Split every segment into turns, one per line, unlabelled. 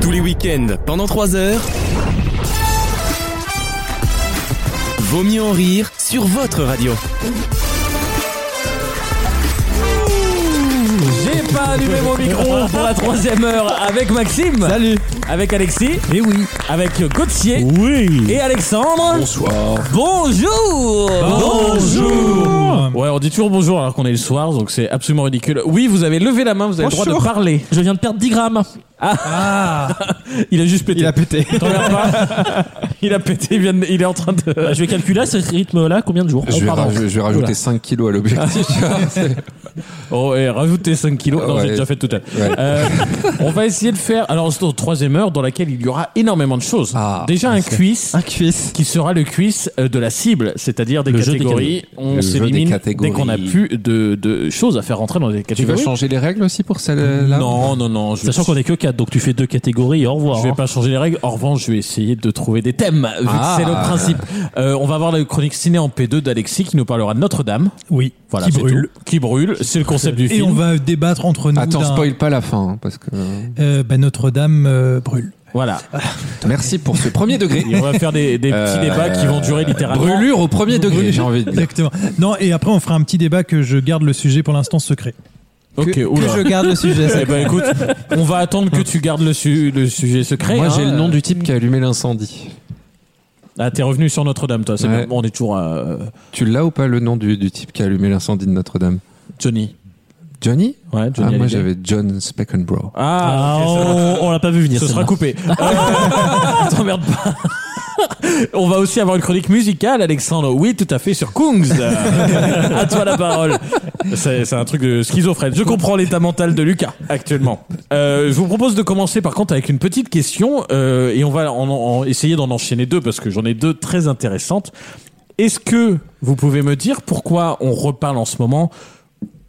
Tous les week-ends, pendant 3 heures. Vaut mieux en rire sur votre radio.
J'ai pas allumé mon micro pour la troisième heure avec Maxime. Salut. Avec Alexis.
Eh
Et oui. Avec Gauthier. Oui. Et Alexandre. Bonsoir. Bonjour. Bonjour. Ouais, on dit toujours bonjour alors qu'on est le soir, donc c'est absolument ridicule. Oui, vous avez levé la main, vous avez le droit de parler. Ah.
Je viens de perdre 10 grammes. Ah.
Il a juste pété.
Il a pété.
T'en regardes pas. il a pété, il, vient de- il est en train de.
Bah, je vais calculer à ce rythme-là combien de jours
Je vais,
Oh, pardon.
raj- je vais rajouter
Oula.
5 kilos à l'objectif. tu vois, Ah, c'est-
Oh, et rajoutez 5 kilos. Non,
Ouais.
j'ai déjà fait tout à l'heure.
Ouais.
Euh, on va essayer de faire. Alors, c'est notre troisième heure dans laquelle il y aura énormément de choses.
Ah,
Déjà, un cuisse
Un cuisse.
qui sera le cuisse euh, de la cible, c'est-à-dire des
Le jeu des
catégories. on
Le jeu des
s'élimine dès
catégories.
qu'on a plus de, de choses à faire rentrer dans des
Tu vas
catégories.
changer les règles aussi pour celle-là
Non, non, non. Je,
Sachant qu'on est que 4, donc tu fais deux catégories et au revoir.
je vais
hein.
pas changer les règles. En revanche, je vais essayer de trouver des thèmes, vu
Ah.
que c'est le principe. Euh, on va avoir la chronique ciné en P2 d'Alexis qui nous parlera de Notre-Dame.
Oui,
Voilà,
qui
c'est
brûle.
tout. Qui brûle. C'est le concept du
Et
film.
on va débattre entre nous.
Attends,
d'un-
spoil pas la fin, hein, parce que.
Euh, bah, Notre-Dame euh, brûle.
Voilà.
Merci pour ce premier degré.
Et on va faire des, des petits
Euh,
débats qui vont durer littéralement.
Brûlure au premier degré, j'ai envie de dire.
Exactement. Non, et après, on fera un petit débat que je garde le sujet pour l'instant secret.
Ok,
que,
oula.
que je garde le sujet. ça.
Eh ben écoute, on va attendre que tu gardes le, su- le sujet secret.
Moi,
hein.
j'ai le nom du type qui a allumé l'incendie.
Ah, t'es revenu sur Notre-Dame, toi. c'est
Ouais.
bien. On est toujours à euh,
Tu l'as ou pas le nom du, du type qui a allumé l'incendie de Notre-Dame
Johnny.
Johnny
Ouais,
Ah,
Johnny.
moi,
Hallyday.
j'avais John Speckenbrough.
Ah,
Ah,
ok, ça va.
on, on l'a pas vu venir.
ce sera
celle-là.
coupé. Euh, T'emmerdes pas. On va aussi avoir une chronique musicale, Alexandre. Oui, tout à fait, sur Kungs. Euh, à toi la parole. C'est c'est un truc de schizophrène. Je comprends l'état mental de Lucas actuellement. Euh, je vous propose de commencer par contre avec une petite question euh, et on va en- en- essayer d'en enchaîner deux parce que j'en ai deux très intéressantes. Est-ce que vous pouvez me dire pourquoi on reparle en ce moment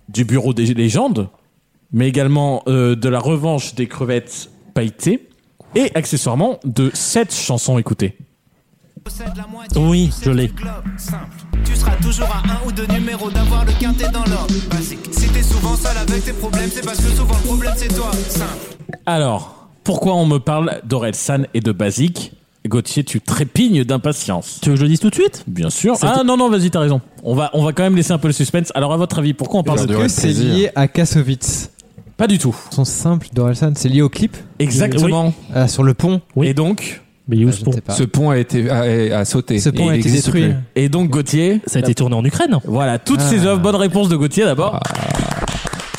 du bureau des légendes, mais également euh, de la revanche des crevettes pailletées et accessoirement de cette chanson écoutée
Oui, je l'ai.
Tu seras toujours à un ou deux numéros d'avoir le quintet dans l'ordre. Basique. Si t'es souvent seul avec tes problèmes, c'est parce que souvent le problème c'est toi. Simple.
Alors, pourquoi on me parle d'Orelsan et de Basique Gauthier, tu trépignes d'impatience.
Tu veux que je le dise tout de suite
Bien sûr.
C'était-
Ah non, non, vas-y, t'as raison. On va, on va quand même laisser un peu le suspense. Alors, à votre avis, pourquoi on parle
Parce
de...
que
Que c'est lié à Kassovitz.
Pas du tout.
Son simple d'Orelsan, c'est lié au clip
Exactement.
euh, sur le pont.
Oui.
Et donc,
Mais il est où
Ah,
ce
je
pont
ne sais pas.
Ce pont a été a, a sauté.
Ce
Et
pont
il
a été
existe
détruit. hein.
plus.
et donc Gauthier,
Ça a été tourné en Ukraine
Voilà, toutes
Ah.
ces œuvres, bonne réponse de Gauthier d'abord.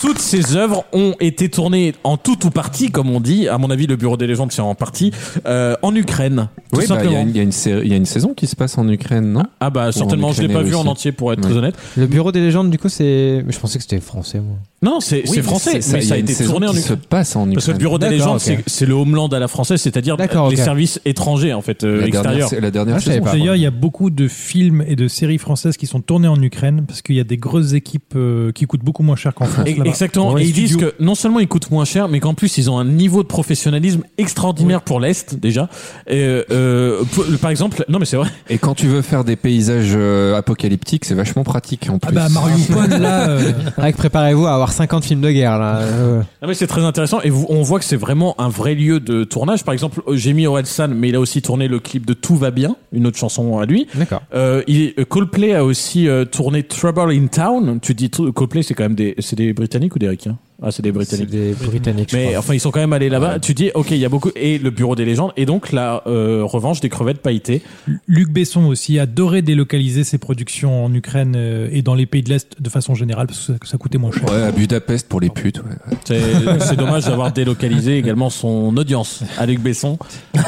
Toutes ces œuvres ont été tournées en tout ou partie, comme on dit. À mon avis, le Bureau des légendes, c'est en partie euh, en Ukraine, tout
Oui, bah, il y, a
simplement.
une- il y a une série- il y a une saison qui se passe en Ukraine, non
Ah bah certainement, je l'ai
Ukraine
pas
et
vu en
Russie.
entier pour être
Oui.
très honnête.
Le bureau des légendes, du coup, c'est. mais Je pensais que c'était français, moi.
Non, c'est c'est
Oui,
français,
c'est
mais ça a
il y une
été
saison
tourné en
qui
Ukraine.
se passe en Ukraine.
Parce que le Bureau des
D'accord,
légendes,
ok.
c'est- c'est le homeland à la française, c'est-à-dire
D'accord,
les
ok.
services étrangers en fait euh,
la dernière,
extérieurs.
la dernière
Ah, je savais
saison.
pas.
D'ailleurs, il y a beaucoup de films et de séries françaises qui sont tournés en Ukraine parce qu'il y a des grosses équipes euh, qui coûtent beaucoup moins cher qu'en France.
Et-
là-bas.
Exactement.
Dans
Et
les
ils disent
studios.
que non seulement ils coûtent moins cher, mais qu'en plus ils ont un niveau de professionnalisme extraordinaire pour l'Est déjà. Et, euh, pour- par exemple, non mais c'est vrai.
Et quand tu veux faire des paysages euh, apocalyptiques, c'est vachement pratique en plus.
Ah bah Mariupol là, euh,
Avec préparez-vous à avoir 50 films de guerre, là. Euh,
Non mais c'est très intéressant et vous- on voit que c'est vraiment un vrai lieu de tournage. Par exemple, j'ai mis Orelsan, mais il a aussi tourné le clip de Tout va bien, une autre chanson à lui.
D'accord.
Euh, il, Coldplay a aussi euh, tourné Trouble in Town. Tu dis tr- Coldplay, c'est quand même des, c'est des Britanniques ou des Ricains Ah, c'est des
C'est
Britanniques.
des Britanniques, je
Mais
crois.
enfin, ils sont quand même allés là-bas. Tu dis, ok, il y a beaucoup et le bureau des légendes et donc la euh, revanche des crevettes pailletées.
Luc Besson aussi adorait délocaliser ses productions en Ukraine euh, et dans les pays de l'Est de façon générale parce que ça, ça coûtait moins cher.
Ouais, à Budapest pour les putes. ouais.
C'est c'est dommage d'avoir délocalisé également son audience à Luc Besson. Euh,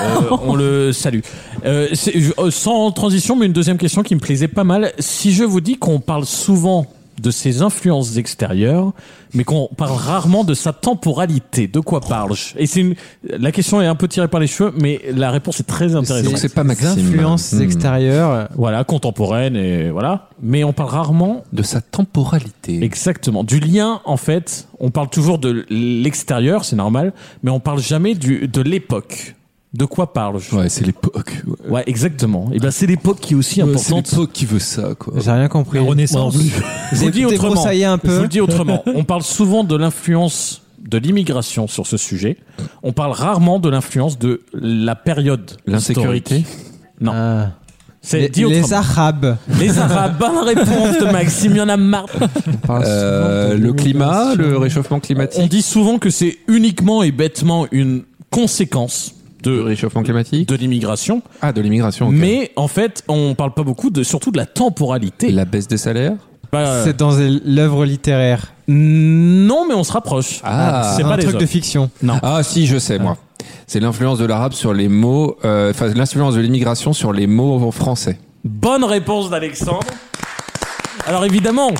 on le salue. Euh, c'est- je- euh, sans transition, mais une deuxième question qui me plaisait pas mal. Si je vous dis qu'on parle souvent de ses influences extérieures, mais qu'on parle rarement de sa temporalité, de quoi parle-je Et c'est une... la question est un peu tirée par les cheveux, mais la réponse est très intéressante.
Donc c'est pas Maxime.
influences
Hmm.
extérieures.
Voilà, contemporaine et voilà. Mais on parle rarement
De sa temporalité.
Exactement. Du lien, en fait, on parle toujours de l'extérieur, c'est normal, mais on parle jamais du, de l'époque. De quoi parle-je ouais.
Ouais, c'est l'époque. ouais.
exactement. Et ben c'est l'époque qui est aussi
Ouais, c'est
importante.
l'époque qui veut ça, quoi.
J'ai rien compris.
La Renaissance.
Moi non plus.
Je vous le dis autrement.
Dégrossaillez un
Je vous
peu.
le dis autrement. On parle souvent de l'influence de l'immigration sur ce sujet, on parle rarement de l'influence de la période.
L'insécurité
historique. Non.
Ah.
C'est
Les-
dit
les
autrement.
Arabes.
Euh,
Les Arabes. Bonne réponse de Maxime, il y en a marre.
On parle
Euh,
souvent de
le climat,
l'immigration.
le réchauffement
On
climatique.
dit souvent que c'est uniquement et bêtement une conséquence
Le
de,
réchauffement climatique.
Euh, de l'immigration,
Ah, de l'immigration. ok.
mais en fait, on parle pas beaucoup de surtout de la temporalité.
La baisse des salaires.
Bah,
C'est dans l'œuvre littéraire.
non, mais on se rapproche.
Ah.
c'est
un
pas les
truc
autres.
de fiction.
Ah si, je sais moi. C'est l'influence de l'arabe sur les mots, euh, enfin l'influence de l'immigration sur les mots en français.
Bonne réponse d'Alexandre. Alors évidemment,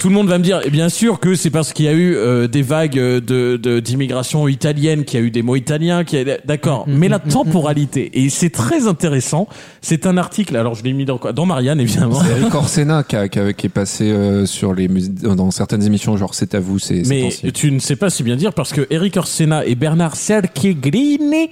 tout le monde va me dire, et bien sûr que c'est parce qu'il y a eu euh, des vagues euh, de de- d'immigration italienne, qu'il y a eu des mots italiens, qu'il y a... d'accord.
Mm,
Mais la temporalité, et c'est très intéressant, c'est un article, alors je l'ai mis dans quoi Dans Marianne, évidemment.
C'est Eric Orsena qui, a- qui a- qui est passé euh, sur les mus- dans certaines émissions genre c'est à vous, c'est.
Mais
c'est
tu ne sais pas si bien dire parce que Eric Orsena et Bernard Serchegrini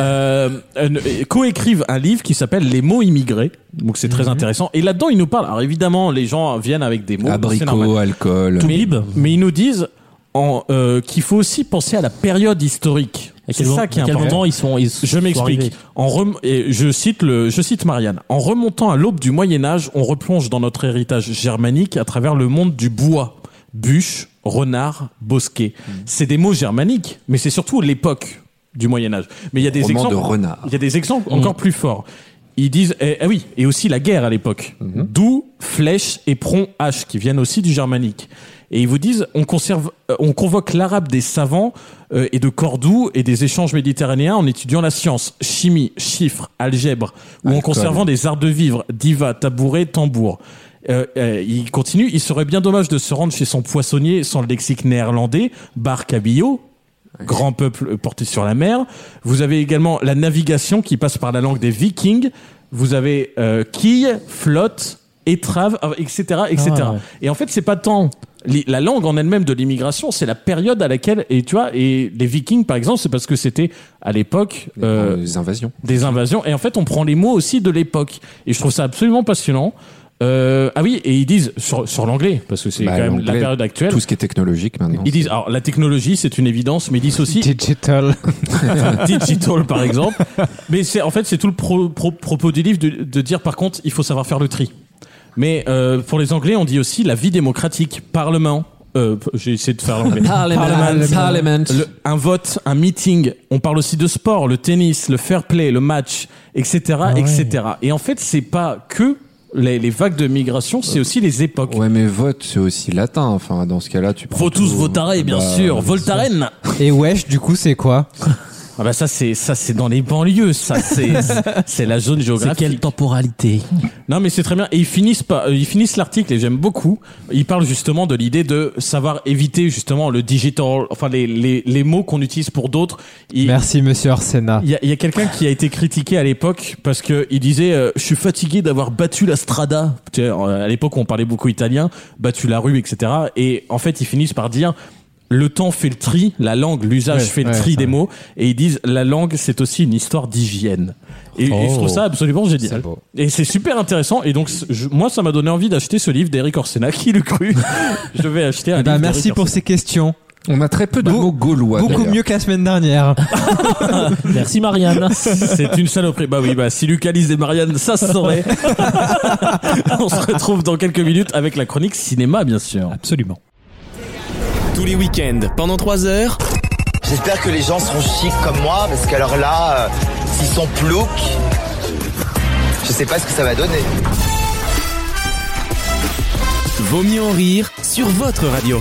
euh, euh, coécrivent un livre qui s'appelle Les mots immigrés. Donc c'est
Mhm.
très intéressant. Et là-dedans, ils nous parlent. Alors évidemment, les gens viennent avec des mots. c'est normal.
Abricot, alcool. euh,
mais, mais ils nous disent en, euh, qu'il faut aussi penser à la période historique.
À
C'est
quel moment-
ça qui est
à quel
important.
moment ils sont. Ils
Je
sont
m'explique.
arrivés
En rem- et je cite le, je cite Marianne. En remontant à l'aube du Moyen Âge, on replonge dans notre héritage germanique à travers le monde du bois, bûche, renard, bosquet.
Hmm.
C'est des mots germaniques, mais c'est surtout l'époque du Moyen Âge. Mais il y a des
Roman
exemples.
de renard.
Il y a des exemples encore plus forts. Ils disent, eh, ah oui, et aussi la guerre à l'époque.
Mm-hmm.
D'où flèche et prompt hache, qui viennent aussi du germanique. Et ils vous disent, on, conserve, euh, on convoque l'arabe des savants euh, et de Cordoue et des échanges méditerranéens en étudiant la science, chimie, chiffres, algèbre, ou en
Alcool.
conservant des arts de vivre, diva, tabouret, tambour. Euh, euh, il continue, il serait bien dommage de se rendre chez son poissonnier sans le lexique néerlandais, bar cabillaud, grand peuple euh, porté sur la mer. Vous avez également la navigation qui passe par la langue des vikings. Vous avez euh, quille, flotte, étrave, euh, etc. etc.
Ah ouais.
Et en fait, c'est pas tant li- la langue en elle-même de l'immigration, c'est la période à laquelle, et tu vois, et les vikings, par exemple, c'est parce que c'était à l'époque euh,
Les invasions.
des invasions. Et en fait, on prend les mots aussi de l'époque. Et je trouve ça absolument passionnant. Euh, ah oui, et ils disent sur, sur l'anglais, parce que c'est
Bah,
quand même la
l'anglais,
période actuelle.
Tout ce qui est technologique maintenant.
Ils disent, alors la technologie, c'est une évidence, mais ils disent aussi
Digital.
Digital par exemple. Mais c'est en fait c'est tout le pro- pro- propos du livre de, de dire par contre il faut savoir faire le tri. Mais euh, pour les Anglais on dit aussi la vie démocratique, parlement. Euh, J'ai essayé de faire l'anglais.
Parliament. Parliament.
Le- un vote, un meeting. On parle aussi de sport, le tennis, le fair play, le match, etc., etc. Et en fait c'est pas que les, les vagues de migration, c'est aussi les époques.
Ouais, mais vote, c'est aussi latin. Enfin, dans ce cas-là, tu prends.
Faut tous
tout.
voter, bien
Bah,
sûr. Voltaren.
Et wesh, du coup, c'est quoi
Ah bah ça c'est ça c'est dans les banlieues, ça c'est c'est la zone
C'est
géographique.
quelle temporalité
Non, mais c'est très bien. Et ils finissent pas, euh, ils finissent l'article et j'aime beaucoup. Ils parlent justement de l'idée de savoir éviter justement le digital, enfin les les, les mots qu'on utilise pour d'autres. Il-
Merci, monsieur Arsena.
Il y a, il y a quelqu'un qui a été critiqué à l'époque parce que il disait euh, je suis fatigué d'avoir battu la strada. Tu sais, euh, à l'époque on parlait beaucoup italien, battu la rue, etc. Et en fait ils finissent par dire le temps fait le tri, la langue, l'usage
Ouais,
fait le
ouais,
tri
ça.
des mots, et ils disent la langue c'est aussi une histoire d'hygiène. Et, et
Oh.
je trouve ça absolument génial.
beau.
Et c'est super intéressant. Et donc, c- je- moi, ça m'a donné envie d'acheter ce livre d'Eric Orsena. Qui le cru Je vais acheter un
Eh ben,
livre.
merci
d'Eric
pour
Orsena.
ces questions.
On a très peu de
Beaucoup-
mots gaulois.
Beaucoup
d'ailleurs.
mieux que la semaine dernière.
Merci Marianne.
C'est une saloperie. Bah oui, bah si Lucas Lise et Marianne, ça se saurait. On se retrouve dans quelques minutes avec la chronique cinéma, bien sûr.
Absolument.
Tous les week-ends, pendant 3 heures.
J'espère que les gens seront chics comme moi, parce qu'alors là, euh, s'ils sont ploucs, je sais pas ce que ça va donner.
Vaut mieux en rire sur votre radio.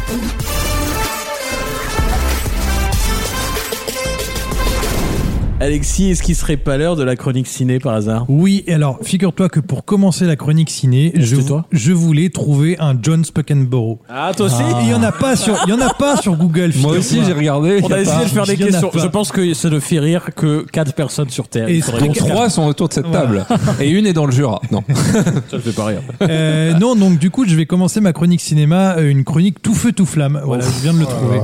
Alexis, est-ce qu'il serait pas l'heure de la chronique ciné par hasard
Oui, et alors figure-toi que pour commencer la chronique ciné, je,
Tais-toi.
je voulais trouver un John Spuckenborough.
Ah, toi aussi
Et il y en a pas sur, il y en a pas sur Google.
Moi aussi,
figure-toi.
j'ai regardé.
On Ah, a essayé de faire des
Il y en a
questions.
pas.
Je pense que ça ne fait rire que quatre personnes sur Terre.
Et
Il faudrait
donc,
Donc
qu'on se
trois sont autour de cette table et une est dans le Jura. Non.
calme, Ça ne fait pas rire.
Euh, non, donc du coup, je vais commencer ma chronique cinéma, euh, une chronique tout feu tout flamme. Voilà,
Oh.
je viens de le trouver.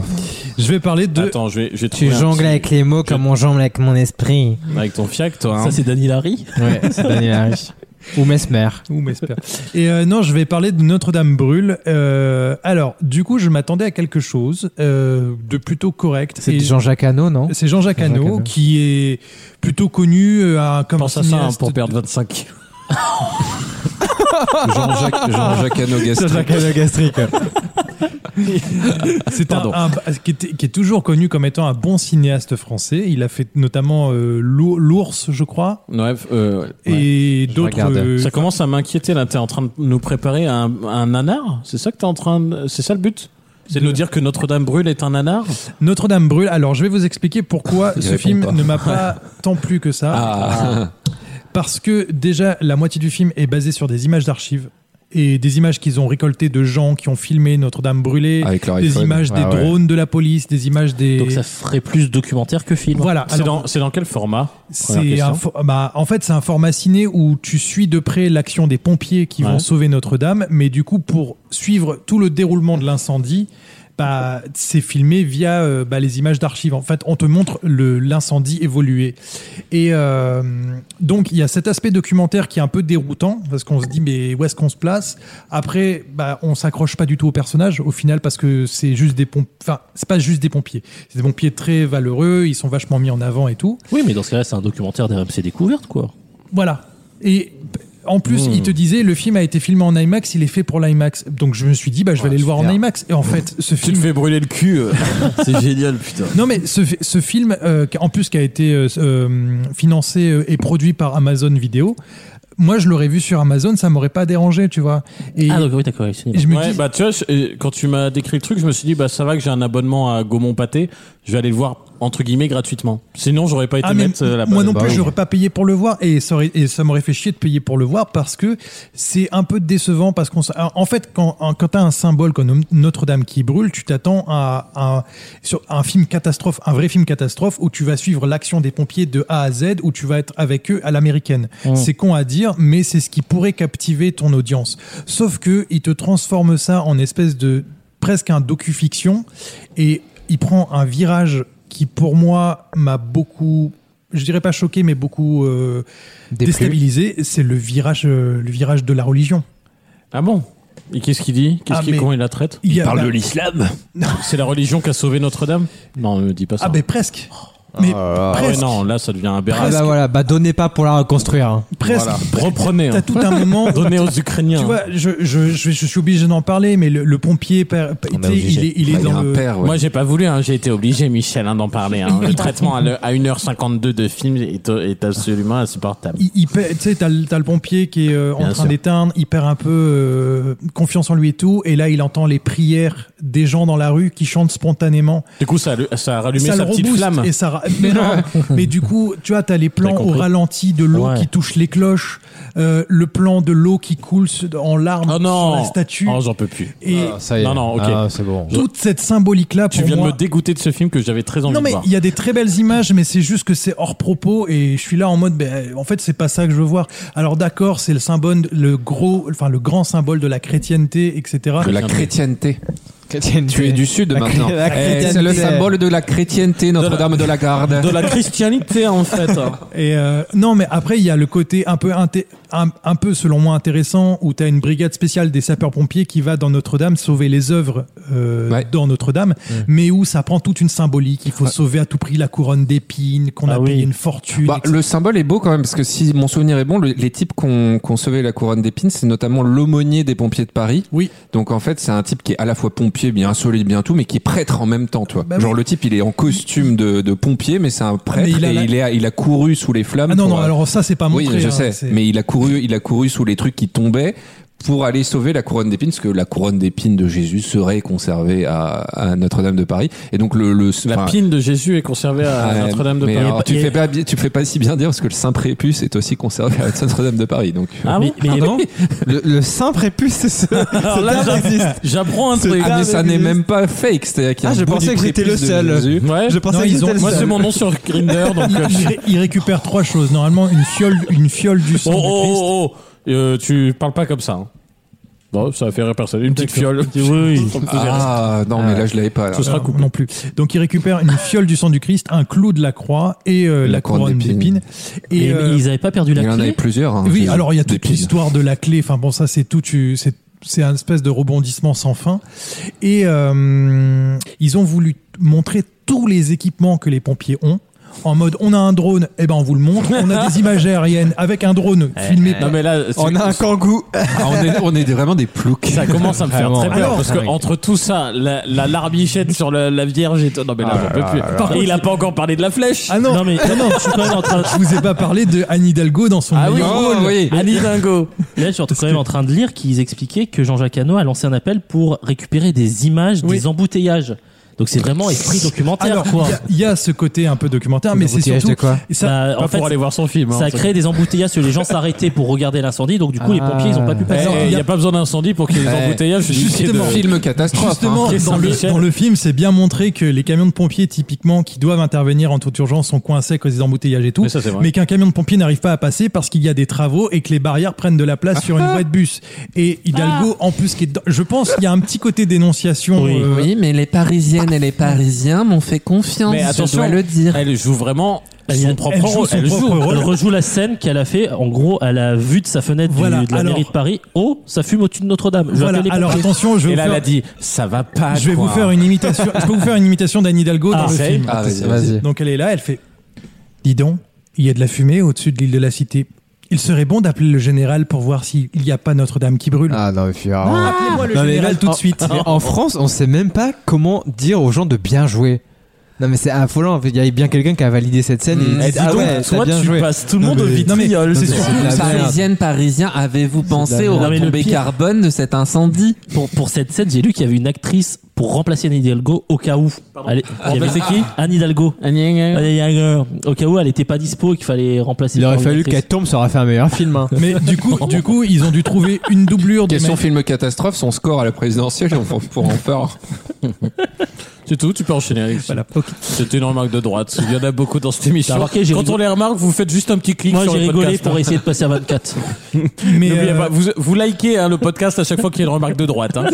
Je vais parler de.
Attends, je vais, je vais
Tu
trouver un
jongles avec les mots comme on jongle avec mon esprit.
petit- avec ton fiac, toi. hein.
Ça c'est Daniel Harry.
Ouais, c'est Daniel Harry. Ou Mesmer.
Ou Mesper. Et euh, non, je vais parler de Notre-Dame brûle. Euh, alors, du coup, je m'attendais à quelque chose euh, de plutôt correct.
C'est
Et
Jean-Jacques Hano, non
c'est Jean-Jacques
Jean-Jacques
Hano
Hano.
qui est plutôt connu euh, à- comme
Pense à ça hein,
cinéaste
pour perdre 25
Jean-Jacques Jean-Jacques Hano gastrique.
Hano gastrique.
C'est un,
Pardon.
un- qui, était- qui est toujours connu comme étant un bon cinéaste français. Il a fait notamment euh, l'Ou- l'ours, je crois,
Bref, euh, ouais.
et
je
d'autres.
regarde.
euh,
ça commence à m'inquiéter là. T'es en train de nous préparer un, un nanar C'est ça que t'es en train de... C'est ça le but C'est de nous dire que Notre-Dame brûle est un nanar
Notre-Dame brûle. Alors, je vais vous expliquer pourquoi
Il
ce
répond
film
pas.
ne m'a pas tant plu que ça.
Ah.
Parce que déjà, la moitié du film est basée sur des images d'archives et des images qu'ils ont récoltées de gens qui ont filmé Notre-Dame brûlée,
Avec leur
des
iPhone.
images des
Ah ouais.
drones de la police, des images des.
Donc ça ferait plus documentaire que film.
voilà.
C'est
Alors,
dans, c'est dans quel format Première
c'est
question.
un fo- bah, en fait, c'est un format ciné où tu suis de près l'action des pompiers qui
Ouais.
vont sauver Notre-Dame, mais du coup, pour suivre tout le déroulement de l'incendie, bah, c'est filmé via euh, bah, les images d'archives. En fait, on te montre le- l'incendie évoluer. Et euh, donc, il y a cet aspect documentaire qui est un peu déroutant, parce qu'on se dit, mais où est-ce qu'on se place Après, bah, on s'accroche pas du tout au personnage, au final, parce que c'est juste des pompiers. Enfin, c'est pas juste des pompiers. C'est des pompiers très valeureux, ils sont vachement mis en avant et tout.
Oui, mais dans ce cas-là, c'est un documentaire d'RMC Découverte, quoi.
Voilà. Et en plus,
Hmm.
il te disait, le film a été filmé en IMAX, il est fait pour l'IMAX. Donc je me suis dit, bah, je vais aller le voir en IMAX. Et en fait, ce
Tu te
film.
fais brûler le cul. euh. c'est génial, putain.
Non mais ce, fi- ce film, euh, qui- en plus qui a été euh, euh, financé euh, et produit par Amazon Vidéo, moi je l'aurais vu sur Amazon, ça m'aurait pas dérangé, tu vois. Et,
Ah, donc oui, d'accord, oui, cinéma.
et je me
ouais,
dis,
bah tu vois, je- euh, quand tu m'as décrit le truc, je me suis dit, bah ça va que j'ai un abonnement à Gaumont Pâté, je vais aller le voir entre guillemets gratuitement. Sinon, j'aurais pas été
Ah, mais
mettre euh, la
moi
base.
non
bah
plus,
oui.
j'aurais pas payé pour le voir et ça, aurait- et ça m'aurait fait chier de payer pour le voir parce que c'est un peu décevant parce qu'on s- en fait quand en- quand t'as un symbole comme Notre-Dame qui brûle, tu t'attends à, un- sur un film catastrophe, un vrai film catastrophe où tu vas suivre l'action des pompiers de A à Z où tu vas être avec eux à l'américaine. C'est con à dire, mais c'est ce qui pourrait captiver ton audience. Sauf que il te transforme ça en espèce de presque un docu-fiction et il prend un virage qui pour moi m'a beaucoup je dirais pas choqué mais beaucoup euh,
Déplu.
déstabilisé c'est le virage euh, le virage de la religion
Ah bon Et qu'est-ce qu'il dit Qu'est-ce
Ah,
qu'il
mais-
comment il la traite
il, y a- bah,
l'islam.
C'est la religion qui a sauvé Notre-Dame Non, ne dis pas ça.
ah ben presque mais
Ah ouais,
presque
non, là ça devient un
Ah
aberrant.
bah voilà, bah donnez pas pour la reconstruire. hein.
presque
Voilà.
Reprenez.
t'as
hein.
tout un moment
Donnez aux Ukrainiens.
tu vois je, je, je, je suis obligé d'en parler mais le, le pompier père-
On
tu sais, il est il est
Bah, il y a
dans
un
le
père. ouais.
Moi, j'ai pas voulu, hein. j'ai été obligé, Michel, hein, d'en parler. hein. Le traitement à, le- à 1h52 de film est, est absolument insupportable.
il, il perd- tu sais, t'as, le- t'as le pompier qui est euh, en
Bien
train
sûr.
d'éteindre, il perd un peu euh, confiance en lui et tout, et là il entend les prières des gens dans la rue qui chantent spontanément.
Du coup, ça, a lu- ça a rallumé
ça
sa
le
petite
rebooste
flamme.
Et ça, ra- mais, non, mais du coup, tu vois, t'as les plans
T'as
au
compris.
ralenti de l'eau
Ouais.
qui touche les cloches, euh, le plan de l'eau qui coule se- en larmes
Oh
sur la
non
statue,
Oh, j'en peux plus.
et
Ça y est.
Non, non, ok.
Ah, c'est bon.
toute cette symbolique-là pour
Tu viens
moi.
de me dégoûter de ce film que j'avais très envie
non mais
de voir.
il y a des très belles images, mais c'est juste que c'est hors propos et je suis là en mode, ben, en fait c'est pas ça que je veux voir. Alors d'accord, c'est le symbole, le gros, enfin le grand symbole de la chrétienté, etc.
De la chrétienté. Tu
Tu
es du sud
La cré-
maintenant.
la
Eh, C'est
chrétienté.
le symbole de la chrétienté, Notre-Dame de la Garde.
De la christianité, en fait. hein.
Et euh, non, mais après, il y a le côté un peu, inté- un, un peu selon moi intéressant où tu as une brigade spéciale des sapeurs-pompiers qui va dans Notre-Dame sauver les œuvres euh,
Ouais.
dans Notre-Dame, mais où ça prend toute une symbolique. Il faut sauver à tout prix la couronne d'épines, qu'on a
Ah oui.
payé une fortune.
Bah,
etc.
le symbole est beau quand même, parce que si mon souvenir est bon, le- les types qu'on qu'on sauvait la couronne d'épines, c'est notamment l'aumônier des pompiers de Paris.
Oui.
Donc en fait, c'est un type qui est à la fois pompier, bien solide, bien tout, mais qui est prêtre en même temps, toi.
Bah oui.
Genre le type, il est en costume de, de pompier, mais c'est un prêtre
Mais il a
et
la-
il, est, à- il a couru sous les flammes.
Ah non,
pour,
non,
euh,
alors ça, c'est pas
Oui,
montré.
je
hein,
sais,
c'est-
mais il a couru, il a couru sous les trucs qui tombaient pour aller sauver la couronne d'épines, parce que la couronne d'épines de Jésus serait conservée à, à Notre-Dame de Paris. Et donc le, le
La
enfin,
pine de Jésus est conservée à
Ouais,
Ah, Notre-Dame de
Euh, mais
Paris.
alors, tu fais pas bi- tu fais pas si bien dire parce que le Saint Prépuce est aussi conservé à Notre-Dame de Paris donc euh.
Ah bon
mais-
Pardon le, le saint prépuce, c'est ce.
Alors
ce
là,
terme
j'app-
existe.
j'apprends un truc.
Ah, mais ça n'est même pas fake c'est-à-dire qu'il y a
Ah,
un
je
bout du
pensais que j'étais
prépuce
le
de
seul.
Jésus.
Ouais.
Je pensais
Non,
que
ils ont-
c'était le
Moi,
seul.
c'est mon nom sur Grinder, donc.
il,
euh,
il ré- il récupère trois choses. Normalement, une fiole, une fiole du sang
Oh,
de Christ.
oh, oh, oh. Euh, tu parles pas comme ça. hein. Bon, ça va faire rire personne. Une petite fiole.
Oui.
Ça me faisait rire.
Ah, non, mais là, je l'avais pas. là.
Ce sera
Alors, non plus. Donc il récupère une fiole du sang du Christ, un clou de la croix et euh, la, couronne d'épines.
Et,
euh,
ils avaient pas perdu la
Il en avait
clé.
plusieurs. hein,
Oui,
des-
alors il y a
des
toute
piles.
l'histoire de la clé. Enfin bon, ça c'est tout. tu- C'est c'est un espèce de rebondissement sans fin. Et euh, ils ont voulu montrer tous les équipements que les pompiers ont. En mode, on a un drone, eh ben on vous le montre. On a des images aériennes avec un drone filmé.
eh, Non, mais là, c'est-
On a un kangou.
Ah, on, est, on est vraiment des ploucs.
ça commence à me faire
Vraiment,
très peur.
alors-
parce que entre tout ça, la, la larmichette sur la, la vierge et tout. Non, mais
Ah
là, j'en peux plus. Et il a pas encore parlé de la flèche.
Ah non,
Non, mais non, non, je suis quand même en train de.
je vous ai pas parlé de Anne Hidalgo dans son
Ah
meilleur
Oh,
rôle.
oui.
Annie Dingo.
Là, je suis quand même en train de lire qu'ils expliquaient que Jean-Jacques Hano a lancé un appel pour récupérer des images des embouteillages. Donc c'est vraiment esprit documentaire,
Alors,
quoi.
il y a- il y, a ce côté un peu documentaire, mais c'est
Embouteillage
surtout
de quoi
et ça,
Bah, en
Pas
fait,
pour aller voir son film. hein.
ça a créé des embouteillages, les gens s'arrêtaient pour regarder l'incendie, donc du coup les
Ah.
pompiers ils ont pas pu
Eh,
passer.
Il n'y a pas besoin d'incendie pour qu'il y ait des
Eh,
embouteillages.
Justement, film catastrophe.
Justement,
hein.
Qu'est-ce
dans, le,
Saint-Michel
dans le film, c'est bien montré que les camions de pompiers, typiquement, qui doivent intervenir en toute urgence, sont coincés à cause des embouteillages et tout.
Mais ça, c'est vrai.
qu'un camion de pompiers n'arrive pas à passer parce qu'il y a des travaux et que les barrières prennent de la place sur
Ah.
une voie de bus. Et Hidalgo, en plus, qui est dans- je pense qu'il y a un petit côté dénonciation.
Oui.
euh,
mais les Parisiennes et les Parisiens m'ont fait confiance,
Mais attention, elle joue vraiment son
elle
propre
joue
rôle.
son
Elle
propre
joue.
rôle.
Elle rejoue la scène qu'elle a fait, en gros, à la vue de sa fenêtre du-
Voilà,
de la
alors-
mairie de Paris. Oh, ça fume au-dessus de Notre-Dame. Je
Voilà.
rappelle les
Alors
pompiers.
attention, je
Et
vais, vous
là, elle
faire,
a dit ça va pas.
je vais vous
quoi.
faire une imitation. Je peux vous faire une imitation d'Anne Hidalgo dans
Ah,
le
c'est-
film.
Ah, vas-y, vas-y.
Vas-y.
Donc elle est là, elle fait Dis donc, il y a de la fumée au-dessus de l'île de la Cité. Il serait bon d'appeler le général pour voir s'il n'y a pas Notre-Dame qui brûle.
Ah non, mais puis, alors-
Appelez-moi le
Non, mais
général
là,
tout de
en-
suite.
Mais en France, on sait même pas comment dire aux gens de bien jouer. Non mais c'est affolant. Il y a bien quelqu'un qui a validé cette scène. Et
Eh,
il
Mm.
dit,
dis
ah
donc,
ouais, t'as
toi,
bien
tu
joué.
passes tout le
Non,
Oh,
monde au
mais-
vitriol. c'est
Non, mais-
sûr.
c'est de la merde.
Parisiennes, Parisiens, avez-vous pensé aux
merde. Non, mais le
retombées
pire-
carbone de cet incendie
Pour, pour cette scène, j'ai lu qu'il y avait une actrice pour remplacer Anne Hidalgo au cas où. Elle- il y avait-
c'est qui
Anne Hidalgo. Anne Hidalgo. Au cas où elle était pas dispo et qu'il fallait remplacer.
Il aurait
par une
fallu
actrice.
qu'elle tombe, ça aurait fait un meilleur film. hein.
Mais du coup, du coup, ils ont dû trouver une doublure de
Question film catastrophe, son score à la présidentielle, on va- pour en faire.
C'est tout, tu peux enchaîner avec ça.
Voilà. Ok.
C'était une remarque de droite. Il y en a beaucoup dans cette
T'as
émission.
remarqué, j'ai
Quand
rigolé.
on les remarque, vous faites juste un petit clic
Moi
sur
j'ai
le
rigolé
podcast.
pour essayer de passer à 24.
Mais
N'oubliez
euh,
pas, vous, vous likez hein, le podcast à chaque fois qu'il y a une remarque de droite. hein.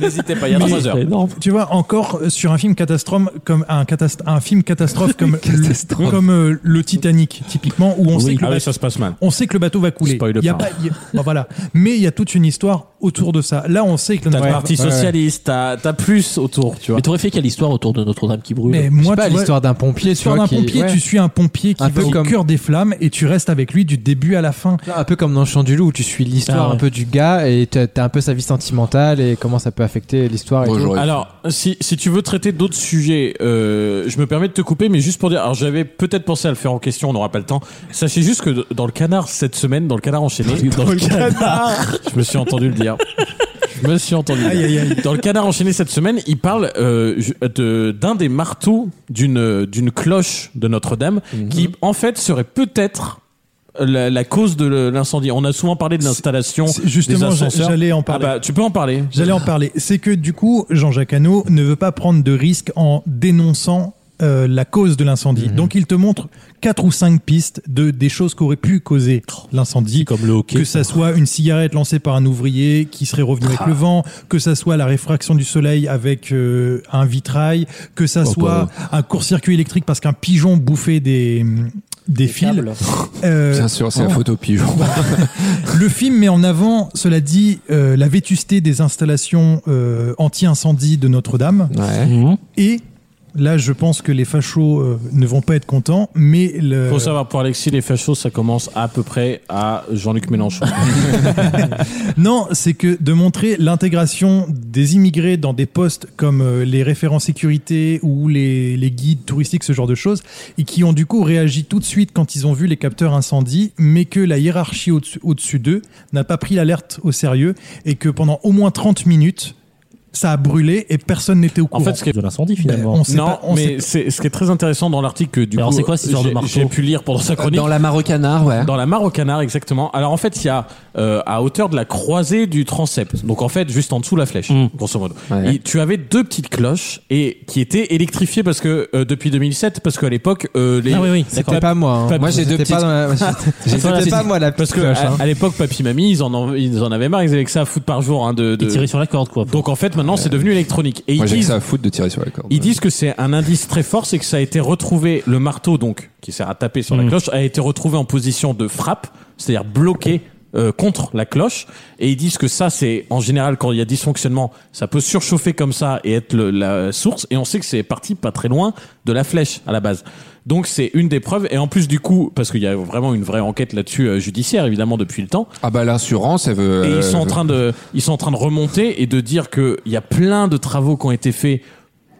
N'hésitez pas, il y a
Mais-
3 heures.
tu vois encore euh, sur un film catastrophe comme un, catast- un film catastrophe comme le, comme euh, le Titanic typiquement où on sait que le
Ah oui,
bateau-
ça se passe mal.
on sait que le bateau va couler.
Spoil
Il y a
pas.
pas- il y a- bon, voilà. Mais il y a toute une histoire autour de ça. Là, on sait que
T'as
Ouais.
le Parti Socialiste, t'as t'as plus autour, tu vois.
Mais t'aurais fait quelle histoire autour de Notre-Dame qui brûle
Mais
Je sais
moi,
pas
tu vois,
l'histoire d'un pompier. tu
L'histoire
vois,
d'un
qui-
pompier,
ouais.
tu suis un pompier qui
Un peu
va au
comme-
cœur des flammes et tu restes avec lui du début à la fin.
Un peu comme dans Chant du Loup, où tu suis l'histoire
Ah ouais.
un peu du gars et t'as t'as un peu sa vie sentimentale et comment ça peut affecter l'histoire. et tout.
Bonjour.
Alors, euh, si, si tu veux traiter d'autres sujets, euh, je me permets de te couper, mais juste pour dire, alors j'avais peut-être pensé à le faire en question, on n'aura pas le temps. Sachez juste que d- dans le canard cette semaine, dans le canard enchaîné, dans, le canard, je me suis entendu le dire. Je me suis entendu. le dire. Dans le canard enchaîné cette semaine, il parle euh, ju- de- d'un des marteaux d'une d'une cloche de Notre-Dame qui en fait serait peut-être la, la cause de le- l'incendie. On a souvent parlé de l'installation.
c'est- justement,
des
j'a-
ascenseurs.
j'allais en parler.
Ah bah, tu peux en parler.
J'allais en parler. C'est que du coup, Jean-Jacques Hano ne veut pas prendre de risque en dénonçant euh, la cause de l'incendie. Donc, il te montre quatre ou cinq pistes de des choses qu'aurait pu causer l'incendie.
Comme le hockey.
Que ça soit une cigarette lancée par un ouvrier qui serait revenu avec le vent, que ça soit la réfraction du soleil avec euh, un vitrail, que ça soit un court-circuit électrique parce qu'un pigeon bouffait des des fils. Euh,
Bien sûr, c'est la
oh.
photo pigeon.
le film met en avant, cela dit, euh, la vétusté des installations euh, anti-incendie de Notre-Dame.
Ouais.
Et là, je pense que les fachos euh, ne vont pas être contents, mais le-
Faut savoir pour Alexis, les fachos, ça commence à peu près à Jean-Luc Mélenchon.
non, c'est que de montrer l'intégration des immigrés dans des postes comme euh, les référents sécurité ou les, les guides touristiques, ce genre de choses, et qui ont du coup réagi tout de suite quand ils ont vu les capteurs incendie, mais que la hiérarchie au-dessus au-dessus d'eux n'a pas pris l'alerte au sérieux et que pendant au moins 30 minutes, ça a brûlé et personne n'était au
En
courant.
fait, ce qui est
de l'incendie
Ben,
finalement.
on sait
non,
pas- on sait-
mais c'est ce qui est très intéressant dans l'article que du
Alors,
coup,
c'est quoi cette histoire de
j'ai-
marteau
J'ai pu lire pendant sa chronique.
Dans la Marocanard, ouais.
Dans la mare au canard, exactement. Alors en fait, il y a euh, à hauteur de la croisée du transept, donc en fait juste en dessous de la flèche,
Mm.
grosso modo.
Ouais.
Et tu avais deux petites cloches et qui étaient électrifiées parce que euh, depuis 2007, parce qu'à l'époque euh, les
Ah oui, oui,
C'était
Pap-
pas moi. hein.
Pap-
Moi, j'ai deux
C'était
petites-
pas dans la- C'était pas moi la
parce
petite
que euh,
cloche.
à,
hein.
à l'époque, papy, mamie, ils en, en- ils en avaient marre, ils avaient que ça à foutre par jour. Hein, de, de-
Et tirer sur la corde, quoi.
Donc en fait, maintenant, c'est devenu électronique. Et
Moi,
ils
j'ai que
disent,
ça à foutre de tirer sur la corde.
ils disent que c'est un indice très fort, c'est que ça a été retrouvé, le marteau donc, qui sert à taper sur la
Mm.
cloche, a été retrouvé en position de frappe, c'est-à-dire bloqué euh, contre la cloche. Et ils disent que ça, c'est en général, quand il y a dysfonctionnement, ça peut surchauffer comme ça et être le- la source. Et on sait que c'est parti pas très loin de la flèche à la base. Donc c'est une des preuves. Et en plus du coup, parce qu'il y a vraiment une vraie enquête là-dessus euh, judiciaire, évidemment, depuis le temps.
Ah bah l'assurance, elle veut.
Et
euh,
ils sont en train de, ils sont en train de remonter et de dire que il y a plein de travaux qui ont été faits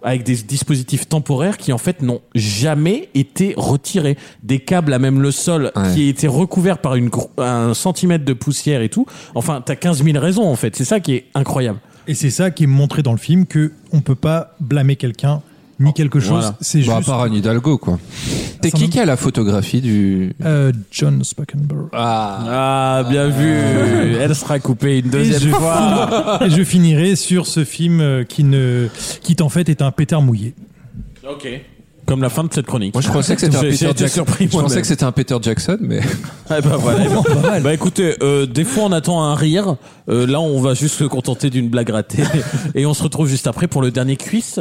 avec des dispositifs temporaires qui en fait n'ont jamais été retirés. Des câbles à même le sol
Ouais.
qui a été recouvert par une, gro- un centimètre de poussière et tout. Enfin, t'as 15 000 raisons en fait. C'est ça qui est incroyable.
Et c'est ça qui est montré dans le film que on peut pas blâmer quelqu'un ni quelque chose.
Oh, Voilà.
C'est
Bah, à
juste
part Anne Hidalgo, quoi. T'es qui qui a la photographie du.
euh, John Spakenburg.
Ah,
Ah
bien vu. Elle sera coupée une deuxième fois.
Et je finirai sur ce film euh, qui ne, qui en fait est un pétard mouillé.
ok. Comme la fin de cette chronique.
Moi, Ah, je pensais que c'était un
J'ai- j'ai
Peter
été
Jackson.
surpris
Je pensais
moi-même.
que c'était un Peter Jackson, mais.
Ah bah, voilà. Bah, écoutez, euh, des fois on attend un rire. Euh, là, on va juste se contenter d'une blague ratée. Et on se retrouve juste après pour le dernier cuisse.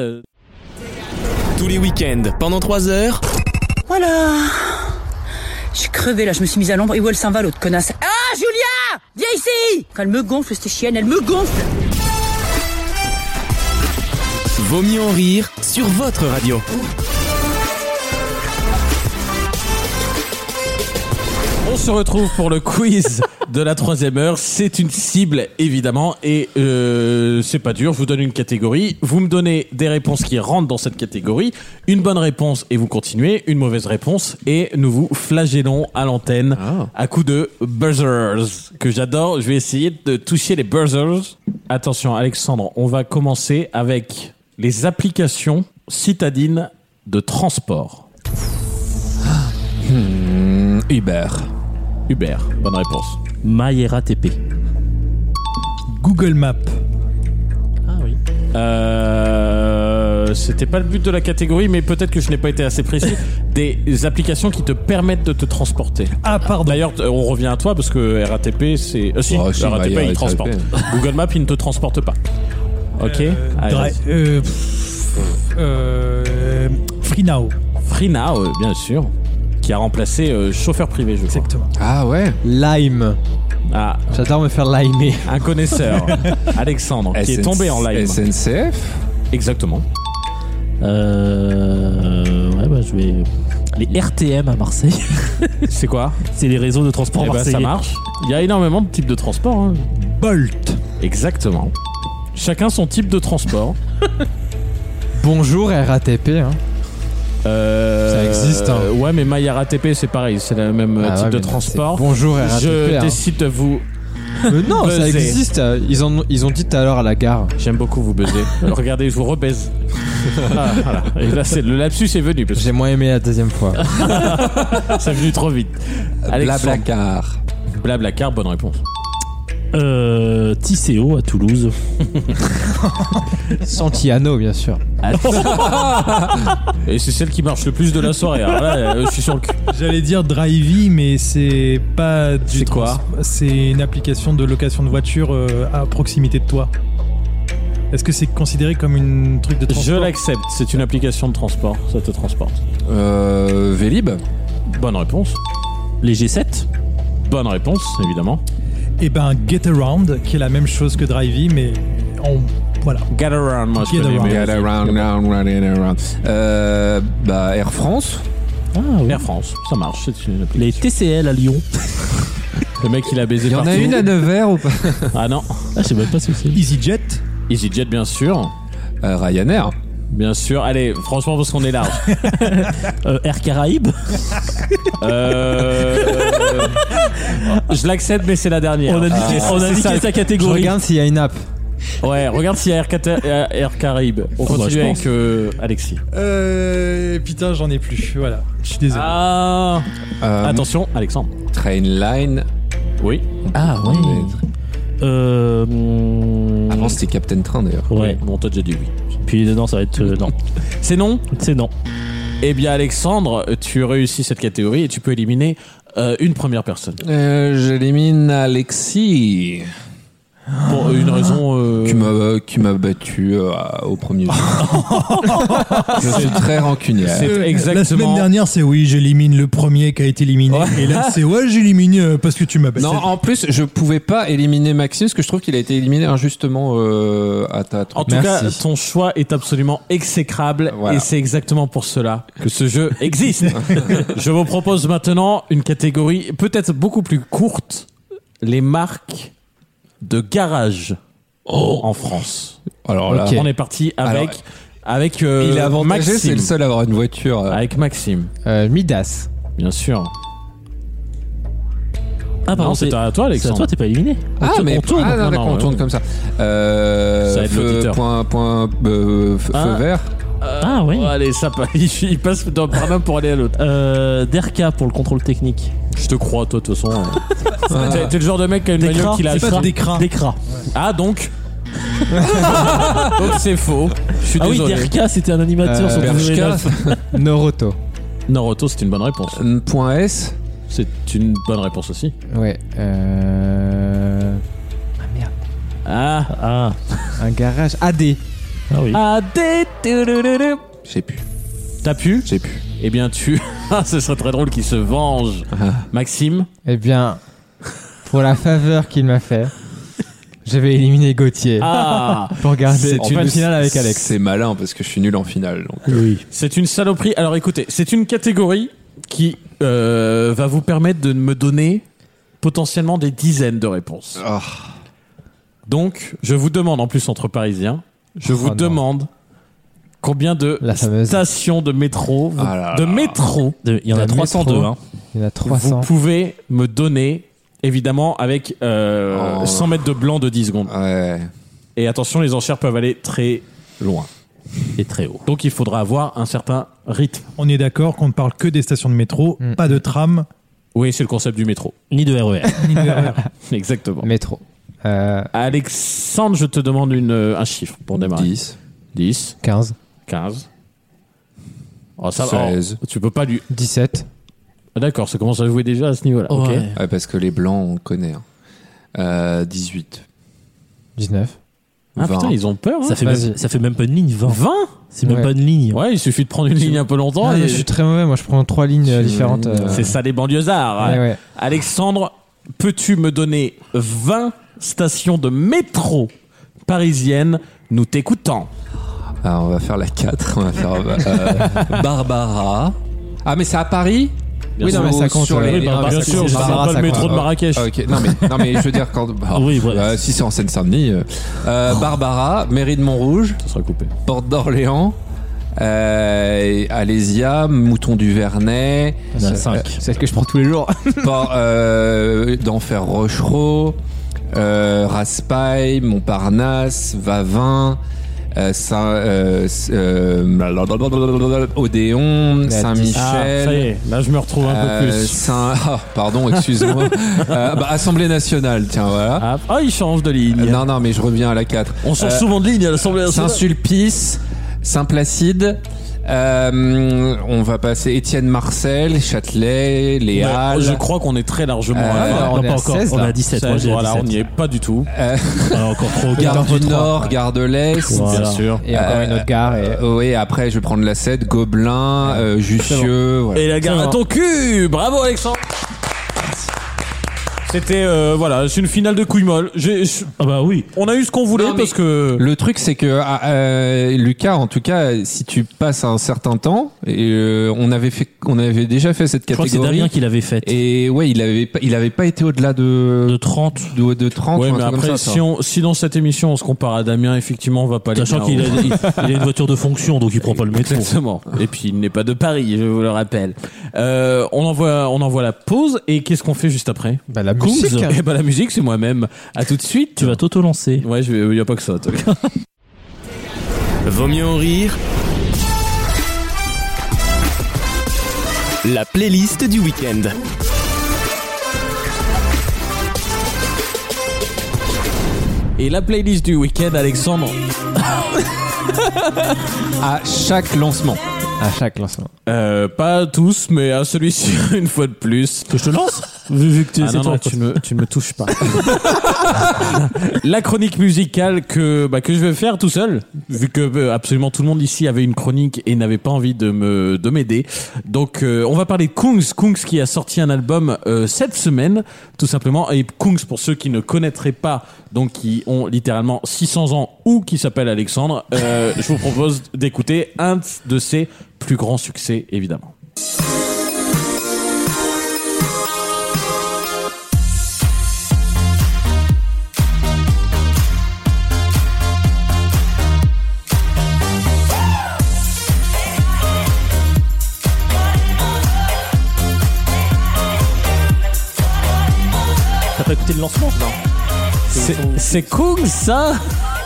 Tous les week-ends, pendant 3 heures.
Voilà. Je suis crevée là, je me suis mise à l'ombre. Et où elle s'en va l'autre connasse Ah, Julia Viens ici Quand elle me gonfle, cette chienne, elle me gonfle
Vaut mieux en rire sur votre radio.
On se retrouve pour le quiz de la troisième heure. C'est une cible, évidemment. Et euh, c'est pas dur. Je vous donne une catégorie. Vous me donnez des réponses qui rentrent dans cette catégorie. Une bonne réponse et vous continuez. Une mauvaise réponse et nous vous flagellons à l'antenne à coup de buzzers que j'adore. Je vais essayer de toucher les buzzers. Attention, Alexandre, on va commencer avec les applications citadines de transport.
Uber.
Uber, bonne réponse.
My RATP.
Google Maps.
Ah oui.
Euh, c'était pas le but de la catégorie, mais peut-être que je n'ai pas été assez précis. Des applications qui te permettent de te transporter.
Ah pardon.
D'ailleurs, t- on revient à toi parce que RATP, c'est. Ah, si,
Ah, si,
RATP,
bah,
il
RATP.
transporte. Google Maps, il ne te transporte pas. Ok. Ah, Allez,
Dra- euh, pff, euh, Free Now.
vas-y. Free Now, euh, bien sûr, qui a remplacé euh, chauffeur privé, je crois.
Exactement.
Ah ouais
hein. Lime.
Ah,
J'adore me faire limer.
un connaisseur, Alexandre, qui est tombé en live.
SNCF
Exactement.
Euh, ouais, bah, je vais. Les RTM à Marseille.
C'est quoi
c'est les réseaux de transport
Eh ben,
marseillais.
ça marche. Il y a énormément de types de transport. hein.
Bolt.
Exactement. Chacun son type de transport.
Bonjour RATP. hein.
Euh,
Ça existe, hein.
Ouais, mais Maya RATP, c'est pareil, c'est le même euh,
Ah
type
ouais,
de
mais
transport.
c'est Bonjour RATP.
Je
hein.
décide de vous.
Mais non, ça
Buzzer.
existe. Ils, en, ont- ils ont dit tout à l'heure à la gare.
J'aime beaucoup vous buzzer. Alors, Regardez, je vous rebaise. Ah, voilà. Et là, c'est le lapsus est venu parce
J'ai moins aimé la deuxième fois.
que ça est venu trop vite. Alexandre.
Blablacar.
Blablacar, bonne réponse.
Euh, Tisséo à Toulouse.
Santiano, bien sûr.
Et c'est celle qui marche le plus de la soirée. Alors là, euh, je suis sur le cul.
J'allais dire Drivey, mais c'est pas du
C'est quoi
trans- C'est une application de location de voiture euh, à proximité de toi. Est-ce que c'est considéré comme une truc de
Je
transport
l'accepte. C'est une application de transport. Ça te transporte.
Euh, Vélib
Bonne réponse.
Les G7.
Bonne réponse, évidemment.
Eh ben Get Around, qui est la même chose que Drivey, mais on voilà.
Get around, moi, je
Get
connais,
around.
mais-
Get around, round, running around. Euh, bah, Air France
Ah oui.
Air France, ça marche. C'est une
Les
application.
TCL à Lyon.
Le mec, il a baisé
Il y en
partout.
a une à Nevers ou pas
Ah non.
Ah, je sais même pas ce que c'est.
EasyJet.
EasyJet, bien sûr.
Euh, Ryanair.
Bien sûr. Allez, franchement, parce qu'on est large.
Euh, Air Caraïbes.
Euh, Je l'accepte, mais c'est la dernière.
On a niqué, on a
c'est
niqué
ça.
sa
Je
catégorie.
regarde s'il y a une app.
Ouais, regarde s'il y a Air, Cata- euh, Air Caraïbes. On
Oh, bah,
continue
je pense.
avec euh, Alexis.
Euh, putain, j'en ai plus. Voilà, je suis désolé.
Ah Attention, Alexandre.
Euh, Train Line.
Oui.
Ah oui. Euh, hum,
Avant, c'était Captain Train d'ailleurs.
ouais.
Bon, t'as déjà dit oui.
Puis dedans, ça va être euh, non.
C'est non
C'est non.
Eh bien, Alexandre, tu réussis cette catégorie et tu peux éliminer euh, une première personne.
Euh, J'élimine Alexis,
Pour une raison. euh,
qui m'a- qui m'a battu euh, au premier jour. Je suis très
C'est
rancunière.
exactement.
Euh, La semaine dernière, c'est oui, j'élimine le premier qui a été éliminé. Et là, c'est ouais, j'élimine euh, parce que tu m'as
Non, en plus, je pouvais pas éliminer Maxime parce que je trouve qu'il a été éliminé injustement euh, à ta
En tout cas, ton choix est absolument exécrable
Voilà.
et c'est exactement pour cela que ce jeu existe. Je vous propose maintenant une catégorie peut-être beaucoup plus courte les marques de garage
Oh.
en France.
Alors là, euh,
Voilà. On est parti avec
Alors,
avec euh,
il est avantagé, c'est
Maxime.
le seul à avoir une voiture. euh,
Avec Maxime,
Euh, Midas.
bien sûr.
Ah pardon,
non,
c'est
c'est à toi,
c'est à
Alexandre.
toi, t'es pas éliminé.
Ah,
tourne-
mais
on tourne.
ah, non,
Non,
d'accord,
non,
on
ouais.
tourne comme ça. Euh,
Ça aide
feu-
l'auditeur.
point, point, euh, feu,
Ah.
feu vert.
Ah oui.
Oh, allez, ça pa- il passe d'un programme pour aller à l'autre.
Euh, Derka pour le contrôle technique.
Je te crois, toi, de toute façon. hein. T'es t'es le genre de mec qui a une maillot
Décra,
qui l'a
c'est pas
Décra. Ah, donc. donc c'est faux. Je suis
Ah oui,
désolé.
Derka, c'était un
Euh,
animateur sur
Bershka.
W9.
Noroto.
Naruto, c'est une bonne réponse.
Euh, Point S.
C'est une bonne réponse aussi.
Ouais. Euh...
Ah, ah.
Un garage. AD.
Ah oui.
Ah, dé- tudurudu.
Je sais plus.
T'as pu
Je sais plus.
Eh bien, tu. Ah, ce serait très drôle qu'il se venge. Maxime
Eh bien, pour la faveur qu'il m'a fait, je vais éliminer Gauthier
Ah
pour garder
C'est
une finale avec Alex.
C'est malin parce que je suis nul en finale. donc.
C'est une saloperie. Alors écoutez, c'est une catégorie qui euh, va vous permettre de me donner potentiellement des dizaines de réponses.
Ah.
Donc, je vous demande, en plus entre Parisiens, je vous
Oh, non.
demande combien de
La fameuse.
stations de métro, vous-
Ah là
de
là.
métro,
De- Il y en a
La
302.
métro.
hein.
Il y en a
vous
300.
pouvez me donner, évidemment, avec euh,
Oh.
100 mètres de blanc de 10 secondes.
Ouais.
Et attention, les enchères peuvent aller très loin.
Et très haut.
Donc, il faudra avoir un certain rythme.
On est d'accord qu'on ne parle que des stations de métro,
Mm.
pas de tram.
Oui, c'est le concept du métro.
Ni de E RER.
Exactement.
Métro. Euh,
Alexandre, je te demande une, euh, un chiffre pour démarrer.
10.
10,
15,
15. Oh, ça va.
16.
Oh, tu peux pas lui.
17.
Ah, D'accord, ça commence à jouer déjà à ce niveau-là. ok.
Ouais.
Ouais, parce que les blancs, on connaît. hein. Euh, 18.
19.
Ah
20.
putain, ils ont peur. hein.
Ça fait,
Vas-y.
même, ça fait même pas une ligne, 20.
20
C'est même
Ouais.
pas une ligne.
Ouais, il suffit de prendre une ligne un peu
Oh,
longtemps.
Ah,
et-
je suis très mauvais, moi je prends trois lignes euh,
Je-
différentes. euh,
C'est ça les banlieusards.
ouais, ouais.
Alexandre, peux-tu me donner 20 stations de métro parisiennes Nous t'écoutons.
Ah, on va faire la 4. On va faire euh, Barbara. Ah, mais c'est à Paris
Oui, non, mais ça compte,
Sur
ouais.
les,
Oui, bah,
Ah,
bien
ça
sûr,
compte.
je sais
Barbara,
pas le
ça
métro
compte.
de Marrakech.
Ah, ok. Non, mais, non, mais je veux dire, quand. bah,
Oui, voilà.
euh, si c'est en Seine-Saint-Denis, euh, euh, Barbara, mairie de Montrouge,
Ça sera coupé.
Porte d'Orléans, euh, Alésia, Mouton du Vernet, Euh,
Il y en a 5.
Celle que je prends tous les jours.
Port- euh, d'Enfer Rochereau, euh, Raspail, Montparnasse, Vavin, euh, Saint, euh, s- euh, blablabla, Odéon,
Ah, ça y
Saint-Michel.
est, là je me retrouve un peu
euh,
plus.
Saint... ah, pardon, excuse-moi. Euh, bah, Assemblée nationale, tiens, voilà.
Ah, ah, il change de ligne.
Euh, non, non, mais je reviens à la Euh, 4.
On change souvent de ligne à l'Assemblée nationale.
Saint-Sulpice, Saint-Placide. euh, on va passer Étienne Marcel, Châtelet, Les
Ouais,
Halles.
je crois qu'on est très largement.
Euh,
à
on est
pas
à
encore.
16,
on est
là.
à 17.
Ça,
Moi, j'ai
voilà, on n'y
est.
est pas du tout.
encore trop haut.
Gare du
43.
Nord, Gare de l'Est.
Voilà.
Bien sûr.
Et encore une autre gare. Et...
Euh, oui, après je vais prendre la 7, Gobelin, euh, Jussieu. voilà.
Et la gare à ton cul Bravo Alexandre C'était, euh, voilà, c'est une finale de couilles molles. J'ai- je-
Ah bah oui.
on a eu ce qu'on voulait
Non, mais-
parce que...
Le truc, c'est que ah, euh, Lucas, en tout cas, si tu passes un certain temps, et, euh, on avait fait, on avait déjà fait cette
Je crois que c'est
catégorie.
Damien qui l'avait faite.
Et ouais, il avait pas, il avait pas été au-delà de
De 30.
de, de 30
Ouais,
ou un
mais
truc
après,
comme ça,
si, on- si dans cette émission on se compare à Damien, effectivement, on va pas aller
Sachant
bien
qu'il a,
haut.
il- il a une voiture de fonction, donc il prend pas le métro.
Exactement. Et puis il n'est pas de Paris, je vous le rappelle. Euh, on envoie, on envoie la pause et qu'est-ce qu'on fait juste après
Bah la
musique. Eh ben, la musique, c'est moi-même. À tout de suite. Tu vas
t'auto-lancer.
Ouais, je vais- y a pas que ça. toi.
Vaut mieux en rire. La playlist du week-end.
Et la playlist du week-end, Alexandre.
à chaque lancement.
À chaque lancement.
Euh, pas tous, mais à celui-ci, une fois de plus. Que je te lance Vu, que
tu- c'est
non,
toi,
non,
quoi.
tu, ne, me- tu ne me touches pas. La chronique musicale que, bah, que je vais faire tout seul, vu que euh, absolument tout le monde ici avait une chronique et n'avait pas envie de me de m'aider. Donc euh, on va parler de Kungs, Kungs qui a sorti un album euh, cette semaine, tout simplement. Et Kungs, pour ceux qui ne connaîtraient pas, donc qui ont littéralement 600 ans ou qui s'appellent Alexandre, euh, je vous propose d'écouter un de ses plus grands succès, évidemment.
T'as pas écouté le lancement Non.
C'est- C'est Kungs, ça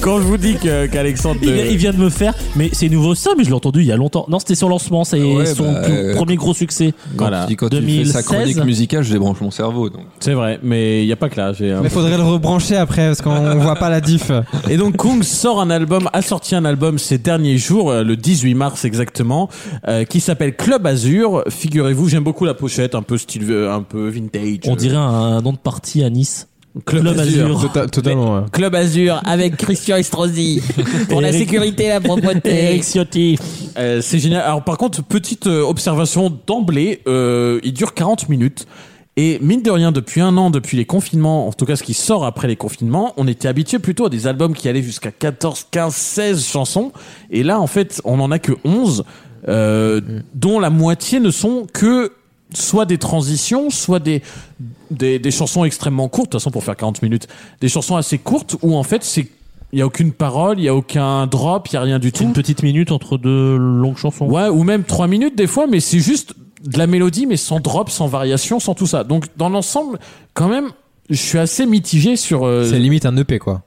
Quand je vous dis que- qu'Alexandre...
Il, il vient de me faire, mais c'est nouveau ça, mais je l'ai entendu il y a longtemps. Non, c'était son lancement, c'est
Ouais,
son
bah,
plus-
euh,
premier gros succès.
Quand, tu, dis- quand tu fais
2016.
sa chronique musicale, je débranche mon cerveau. Donc.
C'est vrai, mais il n'y a pas que là. j'ai un-
Mais faudrait le rebrancher après parce qu'on voit pas la diff.
Et donc Kung sort un album, a sorti un album ces derniers jours, euh, le 18 mars exactement, euh, qui s'appelle Club Azur. Figurez-vous, j'aime beaucoup la pochette, un peu style, euh, un peu vintage. euh,
On dirait un, un nom de parti à Nice.
Club, Azur.
Tota-, totalement.
Club Azur avec Christian Estrosi pour la sécurité, la propreté.
Eric Ciotti.
Euh, c'est génial. Alors par contre, petite euh, observation d'emblée, euh, il dure 40 minutes. Et mine de rien, depuis un an, depuis les confinements, en tout cas ce qui sort après les confinements, on était habitué plutôt à des albums qui allaient jusqu'à 14, 15, 16 chansons. Et là, en fait, on n'en a que 11, euh, dont la moitié ne sont que soit des transitions, soit des, des, des chansons extrêmement courtes, de toute façon pour faire 40 minutes, des chansons assez courtes où en fait c'est... Il n'y a aucune parole, il n'y a aucun drop, il n'y a rien du tout.
Une petite minute entre deux longues chansons.
Ouais, ou même trois minutes des fois, mais c'est juste de la mélodie, mais sans drop, sans variation, sans tout ça. Donc, dans l'ensemble, quand même, je suis assez mitigé sur. euh,
C'est limite un EP quoi.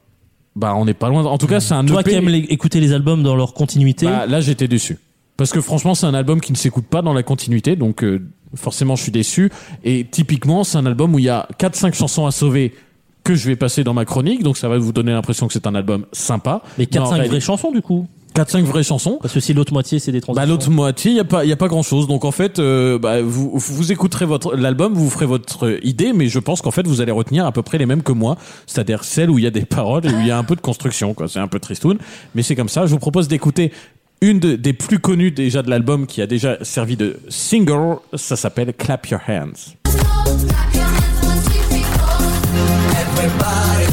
bah, on n'est pas loin. En tout cas, c'est un
Mmh. Toi
EP.
qui aimes les- écouter les albums dans leur continuité,
Bah, là, j'étais déçu. Parce que franchement, c'est un album qui ne s'écoute pas dans la continuité, donc euh, forcément, je suis déçu. Et typiquement, c'est un album où il y a 4-5 chansons à sauver que je vais passer dans ma chronique, donc ça va vous donner l'impression que c'est un album sympa.
les
Mais en
4-5
réalité-
vraies chansons du coup.
4-5 vraies chansons.
Parce que si l'autre moitié c'est des transitions.
Bah, l'autre moitié, il n'y a pas, y a pas grand chose. Donc en fait, euh, bah, vous, vous écouterez votre l'album, vous ferez votre idée, mais je pense qu'en fait vous allez retenir à peu près les mêmes que moi, c'est-à-dire celles où il y a des paroles et où il y a un peu de construction. quoi. C'est un peu tristoun, mais c'est comme ça. Je vous propose d'écouter une de- des plus connues déjà de l'album qui a déjà servi de single. Ça s'appelle Clap Your Hands.
Everybody,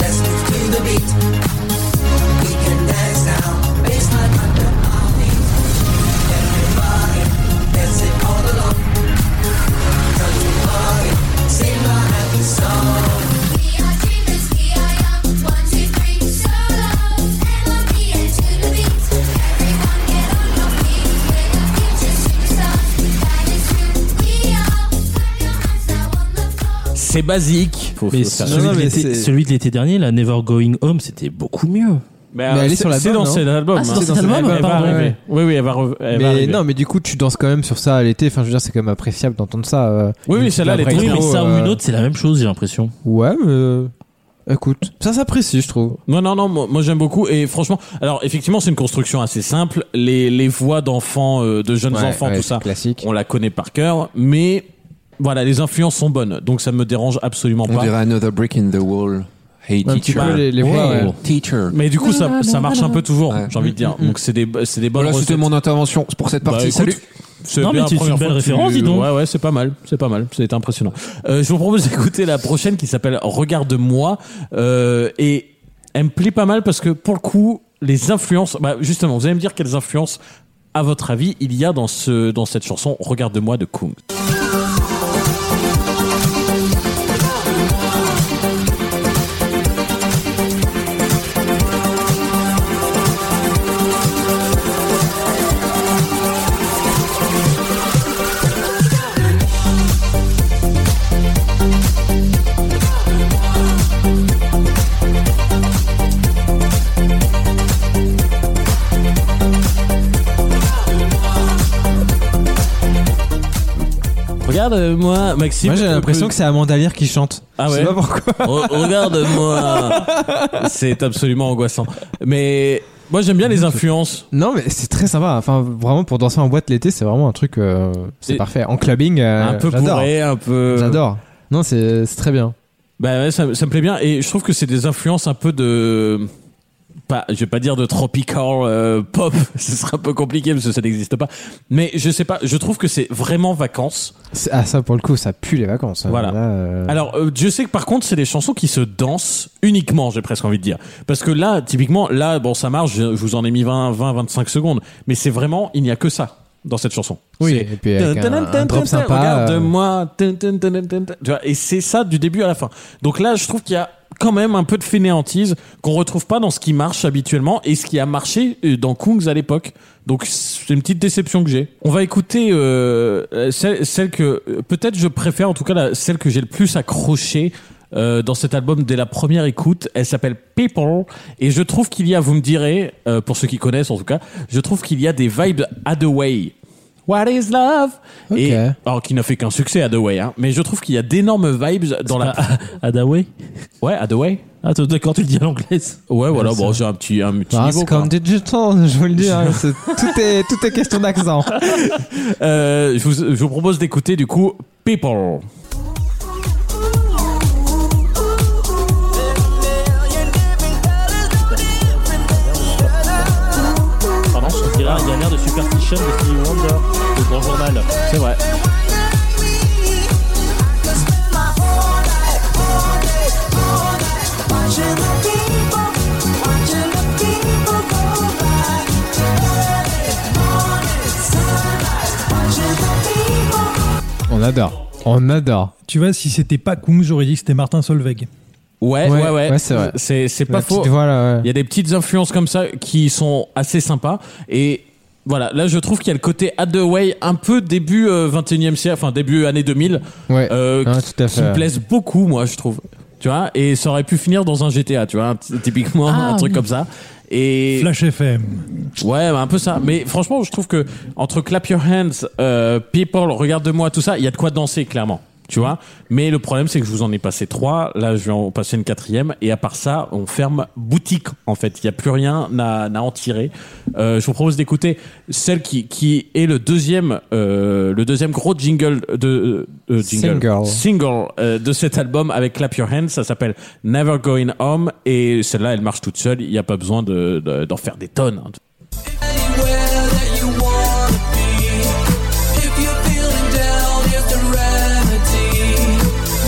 let's move to the beat. We can dance now, baseline under our feet. Everybody, let's sing all along. Don't you worry, sing my happy song.
C'est basique. Faut-
Mais
faut faire-
Non,
celui,
non,
de
mais
l'été-
c'est-
celui de l'été dernier, la Never Going Home, c'était beaucoup mieux.
Mais,
elle est
c'est-
sur
C'est
l'album,
dans
non
cet album.
Ah, c'est
hein.
dans cet album,
Elle va
pardon.
arriver. Oui, oui, elle va, re- elle va
Mais
arriver.
non, mais du coup, tu danses quand même sur ça à l'été. Enfin, je veux dire, c'est quand même appréciable d'entendre ça. euh,
Oui, oui,
une
celle-là, elle est
vraie
très
Oui,
intro,
mais ça ou
euh,
une autre, c'est la même chose, j'ai l'impression.
Ouais, mais. euh, Écoute, ça s'apprécie, je trouve.
Non, non, non, moi, moi, j'aime beaucoup. Et franchement, alors effectivement, c'est une construction assez simple. Les, les voix d'enfants, euh, de jeunes
Ouais,
enfants,
ouais,
tout
c'est
ça,
classique.
on la connaît par cœur. Mais voilà, les influences sont bonnes. Donc ça me dérange absolument
On
pas.
dirait Another Brick in the Wall. Hey,
Un petit
teacher.
peu les, les voix.
Hey,
ouais.
teacher.
Mais du coup, ça, ça marche un peu toujours,
Ouais.
j'ai envie de dire.
Mm,
Donc c'est des, c'est des bonnes
Voilà, c'était
recettes.
mon intervention pour cette
Bah,
partie.
écoute,
Salut.
c'est
Non,
bien
mais
la
c'est une
première
belle
fois que tu-
référence, dis donc.
Ouais, ouais, c'est pas mal. C'est pas mal. C'est impressionnant. Euh, je vous propose d'écouter la prochaine qui s'appelle Regarde-moi. Euh, et elle me plaît pas mal parce que pour le coup, les influences, bah, justement, vous allez me dire quelles influences, à votre avis, il y a dans ce, dans cette chanson Regarde-moi de Kung.
Regarde-moi,
Regarde-moi, Maxime.
Moi j'ai l'impression que c'est Amanda Lear qui chante.
Ah
Je sais
ouais
pas pourquoi.
Re- Regarde-moi. C'est absolument angoissant. Mais moi, j'aime bien les influences.
Non mais c'est très sympa. Enfin vraiment pour danser en boîte l'été c'est vraiment un truc euh, c'est
Et-
parfait. En clubbing euh,
un peu
j'adore.
bourré, euh. un peu.
J'adore. Non c'est c'est très bien.
Bah ouais, ça, ça me plaît bien. Et je trouve que c'est des influences un peu de. Pas, je vais pas dire de tropical euh, pop, ce sera un peu compliqué parce que ça n'existe pas. Mais je sais pas, je trouve que c'est vraiment vacances.
C'est- Ah ça pour le coup ça pue les vacances.
Voilà.
Là, euh,
Alors, euh, je sais que par contre, c'est des chansons qui se dansent uniquement, j'ai presque envie de dire. Parce que là, typiquement, là, bon, ça marche, je, je vous en ai mis 20, 20, 25 secondes. Mais c'est vraiment, il n'y a que ça dans cette chanson.
oui.
C'est-
Et puis avec un, un drop sympa. euh,
Regarde-moi. Tin, tin, tin, tin, tin, tin. Tu vois, Et c'est ça du début à la fin. Donc là, je trouve qu'il y a quand même un peu de fainéantise qu'on retrouve pas dans ce qui marche habituellement et ce qui a marché euh, dans Kungs à l'époque. Donc c'est une petite déception que j'ai. On va écouter euh, euh, celle, celle que euh, peut-être je préfère, en tout cas la- celle que j'ai le plus accrochée. euh, dans cet album, dès la première écoute, elle s'appelle People, et je trouve qu'il y a, vous me direz, euh, pour ceux qui connaissent en tout cas, je trouve qu'il y a des vibes Hathaway. What is love?
Ok.
Et, alors qui n'a fait qu'un succès à The Way, hein, mais je trouve qu'il y a d'énormes vibes dans la.
Adaway
Ouais, à The Way.
Ah, toi, d'accord, tu le dis à l'anglaise.
Ouais, voilà,
Ça-
bon, j'ai un petit, un petit
Ah,
niveau.
c'est
quoi.
comme digital, je vous le dis. hein. C'est- tout est tout est question d'accent.
Euh, je, vous, je vous propose d'écouter du coup People.
Pardon, on dirait un galère de Superstition de Stevie Wonder, le grand journal.
C'est vrai.
On adore. On adore.
Tu vois, si c'était pas Kung, j'aurais dit que c'était Martin Solveig.
Ouais, ouais, ouais.
Ouais, ouais, c'est vrai.
C'est, c'est
La
pas
petite
faux.
voix, là, ouais.
Il y a des petites influences comme ça qui sont assez sympas. Et voilà, là, je trouve qu'il y a le côté At The Way un peu début euh, 21e siècle, enfin début année 2000,
Ouais,
euh,
hein,
qui,
tout à
qui
fait.
me plaisent beaucoup, moi, je trouve. Tu vois, et ça aurait pu finir dans un GTA, tu vois, un t- typiquement un truc comme ça. Et
Flash FM.
Ouais, bah, un peu ça. Mais franchement, je trouve que entre Clap Your Hands, euh, People, Regarde-moi, tout ça, il y a de quoi danser, clairement. Tu vois Mais le problème, c'est que je vous en ai passé trois. Là, je vais en passer une quatrième. Et à part ça, on ferme boutique, en fait. Il n'y a plus rien à, à en tirer. Euh, je vous propose d'écouter celle qui, qui est le deuxième, euh, le deuxième gros jingle de, euh, jingle,
Single.
single, euh, de cet album avec Clap Your Hands. Ça s'appelle Never Going Home. Et celle-là, elle marche toute seule. Il n'y a pas besoin de- de- d'en faire des tonnes. hein.
Anywhere that you wanna be. If you're feeling down, here's the remedy.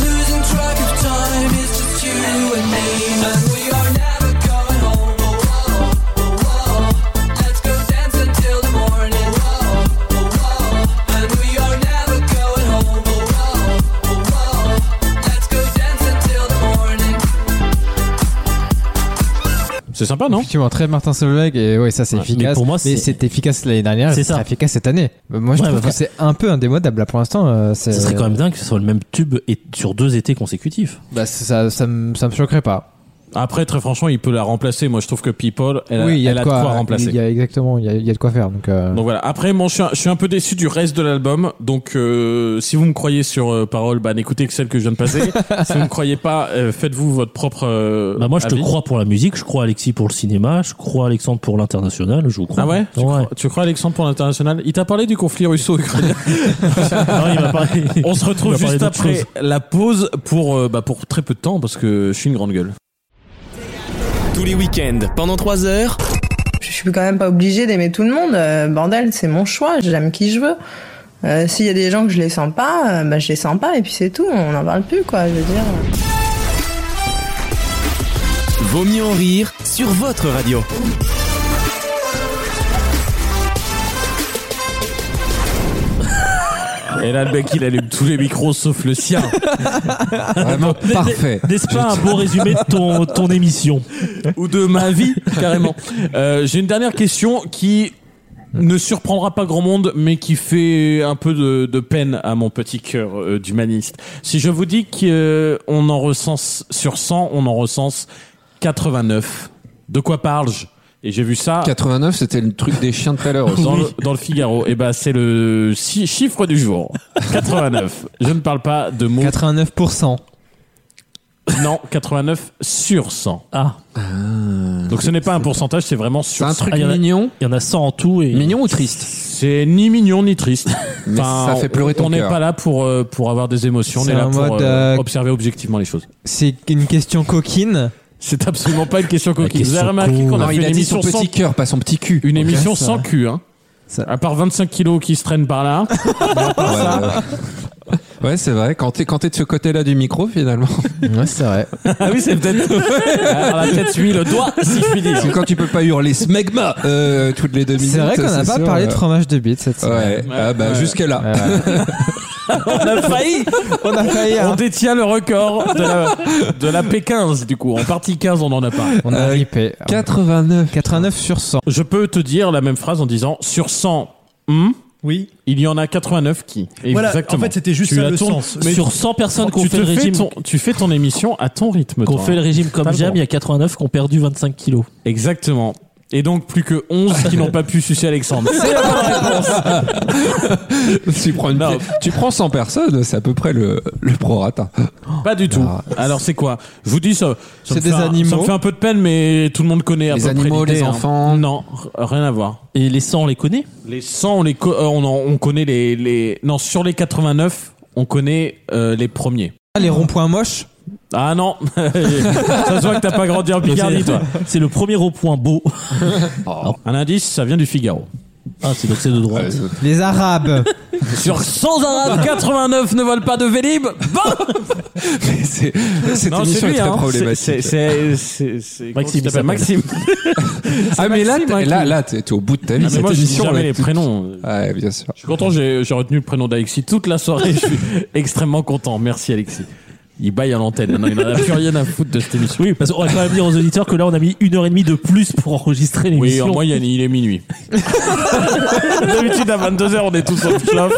Losing track of time is just you and me. And we are never going home. Oh, whoa, oh, whoa. Let's go dance until the morning. Oh, whoa, oh, whoa. And we are never going home. Oh, whoa, oh, whoa. Let's go dance until the morning.
C'est sympa, non
Effectivement, très Martin Solveig et ouais, ça c'est
Ouais,
efficace.
mais pour moi,
mais
c'est-
c'était efficace l'année dernière,
C'est
c'est
ça.
efficace cette année. Bah, Moi, je
Ouais,
trouve
bah,
que c'est un peu indémodable là pour l'instant. euh, c'est-
Ce serait quand même dingue que ce soit le même tube et sur deux étés consécutifs.
Bah, c'est- ça, ça, me, ça me choquerait pas.
Après, très franchement, il peut la remplacer. Moi, je trouve que People, elle, a-
oui, il y a
elle
de
a
quoi,
de quoi remplacer.
Il y a exactement, il y a, il y a de quoi faire. Donc, euh,
Donc voilà. Après, moi, je suis, un, je suis un peu déçu du reste de l'album. Donc, euh, si vous me croyez sur euh, parole, bah, n'écoutez que celle que je viens de passer. si vous me croyez pas, euh, faites-vous votre propre. euh,
Bah moi je te
avis.
crois pour la musique, je crois Alexis pour le cinéma, je crois Alexandre pour l'international, je vous crois.
Ah ouais tu,
Ouais.
Crois, tu crois, Alexandre pour l'international Il t'a parlé du conflit russo-ukrainien.
Non, il m'a parlé-
On se
il
retrouve
m'a parlé
juste
d'autre
après
chose.
la pause pour euh, bah, pour très peu de temps parce que je suis une grande gueule.
Tous les week-ends, pendant 3 heures,
Je suis quand même pas obligée d'aimer tout le monde. euh, bordel, c'est mon choix. J'aime qui je veux. Euh, S'il y a des gens que je les sens pas, euh, bah, je les sens pas et puis c'est tout. On n'en parle plus, quoi. Je veux dire.
Vaut mieux en rire sur votre radio.
Et là, le mec, il allume tous les micros sauf le sien.
Vraiment parfait.
N'est-ce pas un beau résumé de ton, ton émission
ou de ma vie carrément. Euh, J'ai une dernière question qui ne surprendra pas grand monde, mais qui fait un peu de, de peine à mon petit cœur euh, d'humaniste. Si je vous dis euh, qu'on en recense sur 100, on en recense 89. De quoi parle-je Et j'ai vu ça.
89, c'était le truc des chiens de tout à l'heure.
ah. Dans, le, dans le Figaro, et ben c'est le chi- chiffre du jour. 89. Je ne parle pas de mots.
89%.
Non, 89 sur 100. Ah. Donc ce n'est pas un pourcentage, c'est vraiment sur
C'est un
100.
truc
Ah, il y en a-
mignon.
Il y en a 100 en tout. Et...
Mignon ou triste
C'est ni mignon ni triste.
Mais ça
on-
fait pleurer ton
On n'est
cœur.
pas là pour, euh, pour avoir des émotions, on
C'est
est là
en
pour
mode,
euh,
euh,
observer objectivement les choses.
C'est une question coquine.
C'est absolument pas une question coquine.
question
Vous avez remarqué
con.
qu'on a
Non,
fait
il
une
a dit
émission
son petit
sans
cœur, pas son petit cul.
Une émission
ça
sans
va.
cul, hein. À part 25 kilos qui se traînent par là.
Ouais, ouais. Ouais, c'est vrai. Quand t'es quand t'es de ce côté-là du micro, finalement.
Ouais, c'est vrai.
ah oui, c'est peut-être. On a peut-être mis le doigt, si je puis dire.
Parce que quand tu peux pas hurler smegma euh, toutes les deux minutes.
C'est vrai qu'on n'a pas
sûr,
parlé
euh,
de fromage de bite cette
Ouais.
semaine.
Ah bah jusque là.
On a failli.
On a failli.
On
hein.
détient le record de la, de la P15, du coup. En partie 15, on en a parlé.
On a ripé.
89.
89 sur 100.
Je peux te dire la même phrase en disant sur 100, hmm,
Oui.
il y en a 89 qui.
Voilà,
Exactement.
en fait, c'était juste
Tu
ça
la
le
tournes-
sens.
Mais
Sur 100 personnes qui ont
tu,
fait
te
le
fais
régime,
ton- tu fais ton émission à ton rythme.
qu'on
toi,
fait le
hein.
régime
T'as
comme
le
j'aime,
droit.
il y a 89 qui ont perdu 25 kilos.
Exactement. Et donc, plus que 11 qui n'ont pas pu sucer Alexandre. C'est la bonne réponse.
tu, prends une
Non.
pièce- tu prends 100 personnes, c'est à peu près le, le prorata.
Pas du tout. Alors, c'est quoi Je vous dis, ça, ça, me fait
C'est des
un-
animaux.
ça me fait un peu de peine, mais tout le monde connaît à
Les
peu près
animaux,
l'idée,
les
hein.
enfants.
Non, r- rien à voir.
Et les 100, on les connaît
Les 100, on, les co- euh, on, en- on connaît les, les. Non, sur les 89, on connaît euh, les premiers.
Ah, les ronds-points moches.
Ah non Ça se voit que t'as pas grandi en Picardie,
C'est-
toi.
C'est le premier au point beau.
Un indice, ça vient du Figaro.
Ah, c'est donc c'est de droite.
Les arabes.
Sur 100 arabes, 89 ne volent pas de Vélib Bon
Mais c'est- Cette
Non, c'est
émission
lui,
est très
hein.
problématique.
C'est- c'est- c'est- c'est- comment
Maxime,
tu t'appelles
il
Maxime.
ah mais là,
Maxime,
t'es-
hein,
là,
qui-
là, t'es t'es au bout de ta vie.
Ah, mais
cette
moi, je dis
émission,
jamais
là,
les
tu-
prénoms.
Ouais, bien sûr.
Je suis content, j'ai j'ai retenu le prénom d'Alexis toute la soirée. Je suis extrêmement content. Merci, Alexis. Il baille à l'antenne. Maintenant, il n'en a plus rien à foutre de cette émission.
Oui, parce qu'on va quand même dire aux auditeurs que là, on a mis une heure et demie de plus pour enregistrer
Oui,
l'émission.
en moyenne, il est minuit. D'habitude, à 22h, on est tous en flop.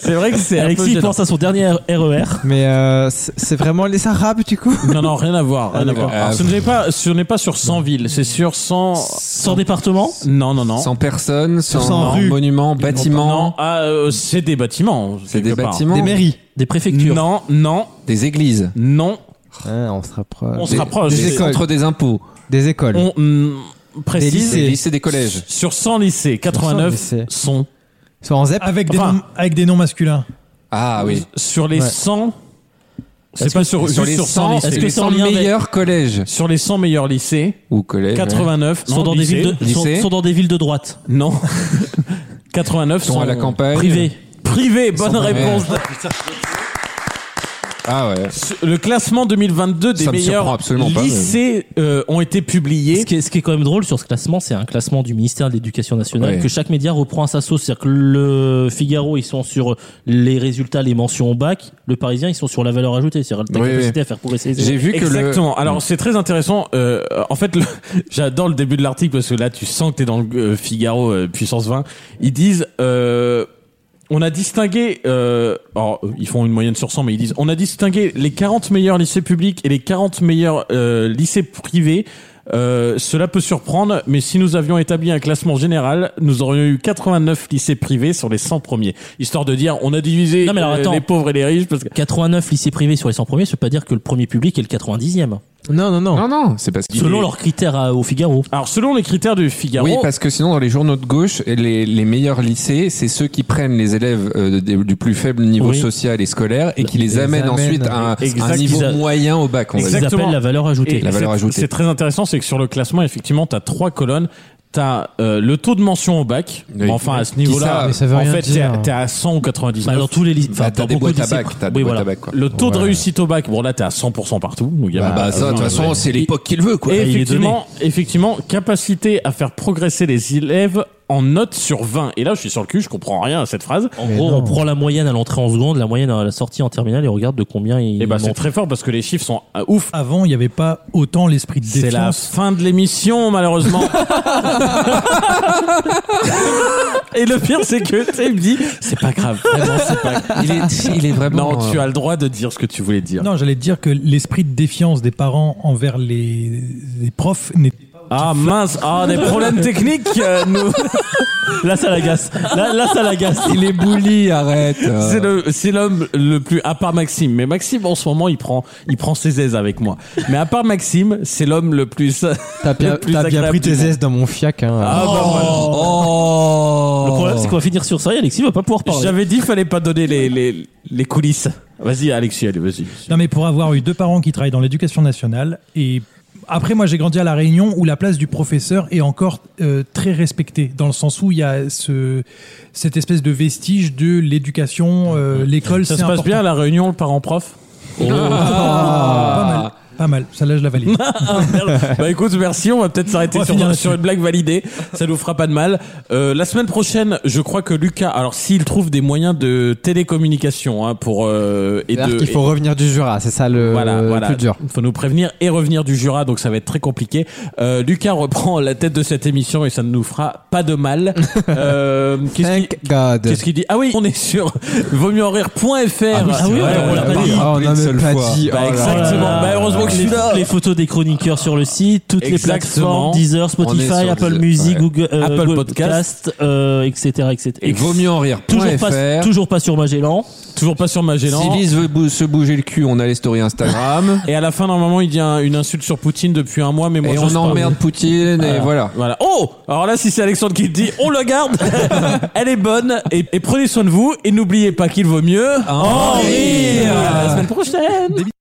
C'est vrai que c'est un peu
Alexis il
gênant.
pense à son dernier E RER.
Mais euh, c'est c'est vraiment les arabes du coup
Non, non, rien à voir. Rien à voir.
d'accord. Ah,
Alors, ce n'est pas, ce n'est pas sur 100 villes, c'est sur 100.
Sans département
Non, non, non.
Sans personne, sans,
sans rue.
monument,
Non,
bâtiment,
ah, euh, c'est des bâtiments.
c'est des
quelque part.
bâtiments,
Des mairies.
Des préfectures
Non, non,
des églises,
non.
Ouais, Ah, on se rapproche.
On se
des,
rapproche.
des
C'est-
écoles.
centres des impôts,
Des écoles.
On mm, précise.
des
Des lycées.
lycées, des collèges.
Sur 100 lycées, 89
lycées.
sont.
Soit en ZEP.
Avec des,
Enfin-
noms, avec des noms masculins.
Ah oui.
Sur les
Ouais.
100. C'est pas sur,
Sur
juste
les
sur 100
100,
lycées.
est-ce
que
que Eh
c'est en
100
lien avec-
meilleurs collèges
Sur les 100 meilleurs lycées,
ou collèges
89
sont
non,
dans, des
lycées.
villes de, sont,
lycées.
sont dans des villes de droite.
Non. 89
sont à la campagne,
Privées.
Privé, bonne
sont privés.
réponse.
Ah ouais.
Le classement 2022 des
Ça me surprend
meilleurs
absolument pas, mais-
lycées euh, ont été
Ce
publiés.
qui, est, ce qui est quand même drôle sur ce classement, c'est un classement du ministère de l'Éducation nationale
Ouais.
que chaque média reprend à sa sauce. C'est-à-dire que le Figaro, ils sont sur les résultats, les mentions au bac. Le Parisien, ils sont sur la valeur ajoutée, c'est-à-dire ta
Oui,
capacité à faire progresser les
J'ai
élèves.
vu que
Exactement. Alors c'est très intéressant. Euh, en fait, le- j'adore le début de l'article parce que là, tu sens que t'es dans le euh, Figaro euh, puissance 20. Ils disent, euh, on a distingué. euh, alors, ils font une moyenne sur 100, mais ils disent, on a distingué les 40 meilleurs lycées publics et les 40 meilleurs euh, lycées privés. Euh, cela peut surprendre, mais si nous avions établi un classement général, nous aurions eu 89 lycées privés sur les 100 premiers. Histoire de dire, on a divisé
Non, mais alors,
euh,
attends.
les pauvres et les riches parce que
89 lycées privés sur les 100 premiers, ça veut pas dire que le premier public est le 90e.
Non, non,
le
non.
non non, c'est parce que
Selon leurs critères à- au Figaro.
alors selon les critères du Figaro,
Oui, parce que sinon, dans les journaux de gauche, les, les meilleurs lycées, c'est ceux qui prennent les élèves euh, des- du plus faible niveau
Oui.
social et scolaire et qui les
les
amènent
amènent.
ensuite à un,
Exact.
un niveau
Ils a-
moyen au bac. On va dire.
Ils
Exactement.
appellent la valeur ajoutée.
Et
La
c'est-
valeur ajoutée.
C'est très intéressant, c'est que sur le classement, effectivement, tu as trois colonnes. Tu as le taux de mention au bac.
Oui.
Enfin, à ce
ça-
niveau-là,
Mais
ça veut
en
rien
fait,
dire.
t'es à- t'es à 100 ou 99.
Bah, dans tous les lycées.
Bah, t'as
dans
des
beaucoup de
boîtes à
lycées.
bac, t'as des
Oui,
boîtes
voilà.
à bac, quoi.
le taux de réussite au bac, bon là, t'es à 100% partout. donc il y a
Bah,
pas-
bah, ça, de toute façon, c'est les pocs qu'ils veulent, quoi.
Et
il est
effectivement, effectivement, capacité à faire progresser les élèves en notes sur 20. Et là, je suis sur le cul, je comprends rien à cette phrase.
En gros,
non.
on prend la moyenne à l'entrée en seconde, la moyenne à la sortie en terminale et on regarde de combien ils
Et bah, c'est
montent.
très fort parce que les chiffres sont euh, ouf.
Avant, il n'y avait pas autant l'esprit de
C'est la
défiance.
fin de l'émission, malheureusement. Et le pire, c'est que tu sais, il me dit, c'est pas grave, vraiment, c'est pas grave.
Il est, il est vraiment.
Non, tu
euh,
as le droit de dire ce que tu voulais dire.
Non, j'allais te dire que l'esprit de défiance des parents envers les, les profs n'était pas
Ah mince, ah des problèmes techniques. euh, nous-
Là, ça l'agace. Là, là, ça l'agace.
Euh.
Il est bouli, arrête.
C'est le- c'est l'homme le, plus à part Maxime. Mais Maxime en ce moment il prend il prend ses aises avec moi. Mais à part Maxime, c'est l'homme le plus
T'as bien,
le plus
t'as bien
agréable
pris
du
tes
monde.
aises dans mon fiac. Hein.
Ah
Oh.
bah voilà. Oh.
Le problème, c'est qu'on va finir sur ça et Alexis va pas pouvoir parler.
J'avais dit fallait pas donner les les, les coulisses. Vas-y Alexis, allez vas-y.
Non, mais pour avoir eu deux parents qui travaillent dans l'éducation nationale et après, moi, j'ai grandi à La Réunion où la place du professeur est encore euh, très respectée, dans le sens où il y a ce, cette espèce de vestige de l'éducation, euh, l'école,
Ça
c'est
se passe
important.
bien à la réunion le parent prof.
Ah, Pas mal, pas mal. Celle-là, je la valide.
bah écoute, merci. On va peut-être
On
s'arrêter
va finir
sur,
là-dessus.
sur une blague validée. Ça nous fera pas de mal. Euh, la semaine prochaine, je crois que Lucas. Alors s'il trouve des moyens de télécommunication hein, pour euh, et de
C'est-à-dire qu'il faut
et-
revenir du Jura, c'est ça le,
voilà,
le
voilà.
euh, plus dur.
Faut nous prévenir et revenir du Jura, donc ça va être très compliqué. Euh, Lucas reprend la tête de cette émission et ça ne nous fera pas de mal. Euh, qu'est-ce qu'il-
God.
Qu'est-ce qu'il dit Ah oui, on est sur vaut mieux en rire.fr.
Ah oui,
Ouais,
on l'a pas
bah,
dit.
bah,
Ah, on n'a même pas dit.
bah,
oh là là.
exactement. Bah, heureusement que je suis là.
Les photos des chroniqueurs sur le site, toutes les
Exactement.
plateformes, Deezer,
On est
Spotify,
sur
Apple
Deezer,
Music,
ouais.
Google, euh,
Apple
Google
Podcast.
Podcast, euh, etc., etc.
Et vaut mieux en rire.
Toujours pas,
.fr.
toujours pas sur Magellan.
Toujours pas sur Magellan.
Si Lise veut bou- se bouger le cul, on a les stories Instagram.
Et à la fin, normalement, il dit un- une insulte sur Poutine depuis un mois, mais moi,
et
j'ose
on
pas.
emmerde Poutine, et voilà.
Voilà. Oh Alors là, si c'est Alexandre qui le dit, on le garde. Elle est bonne. Et, et prenez soin de vous. Et n'oubliez pas qu'il vaut mieux.
En rire.
À la semaine prochaine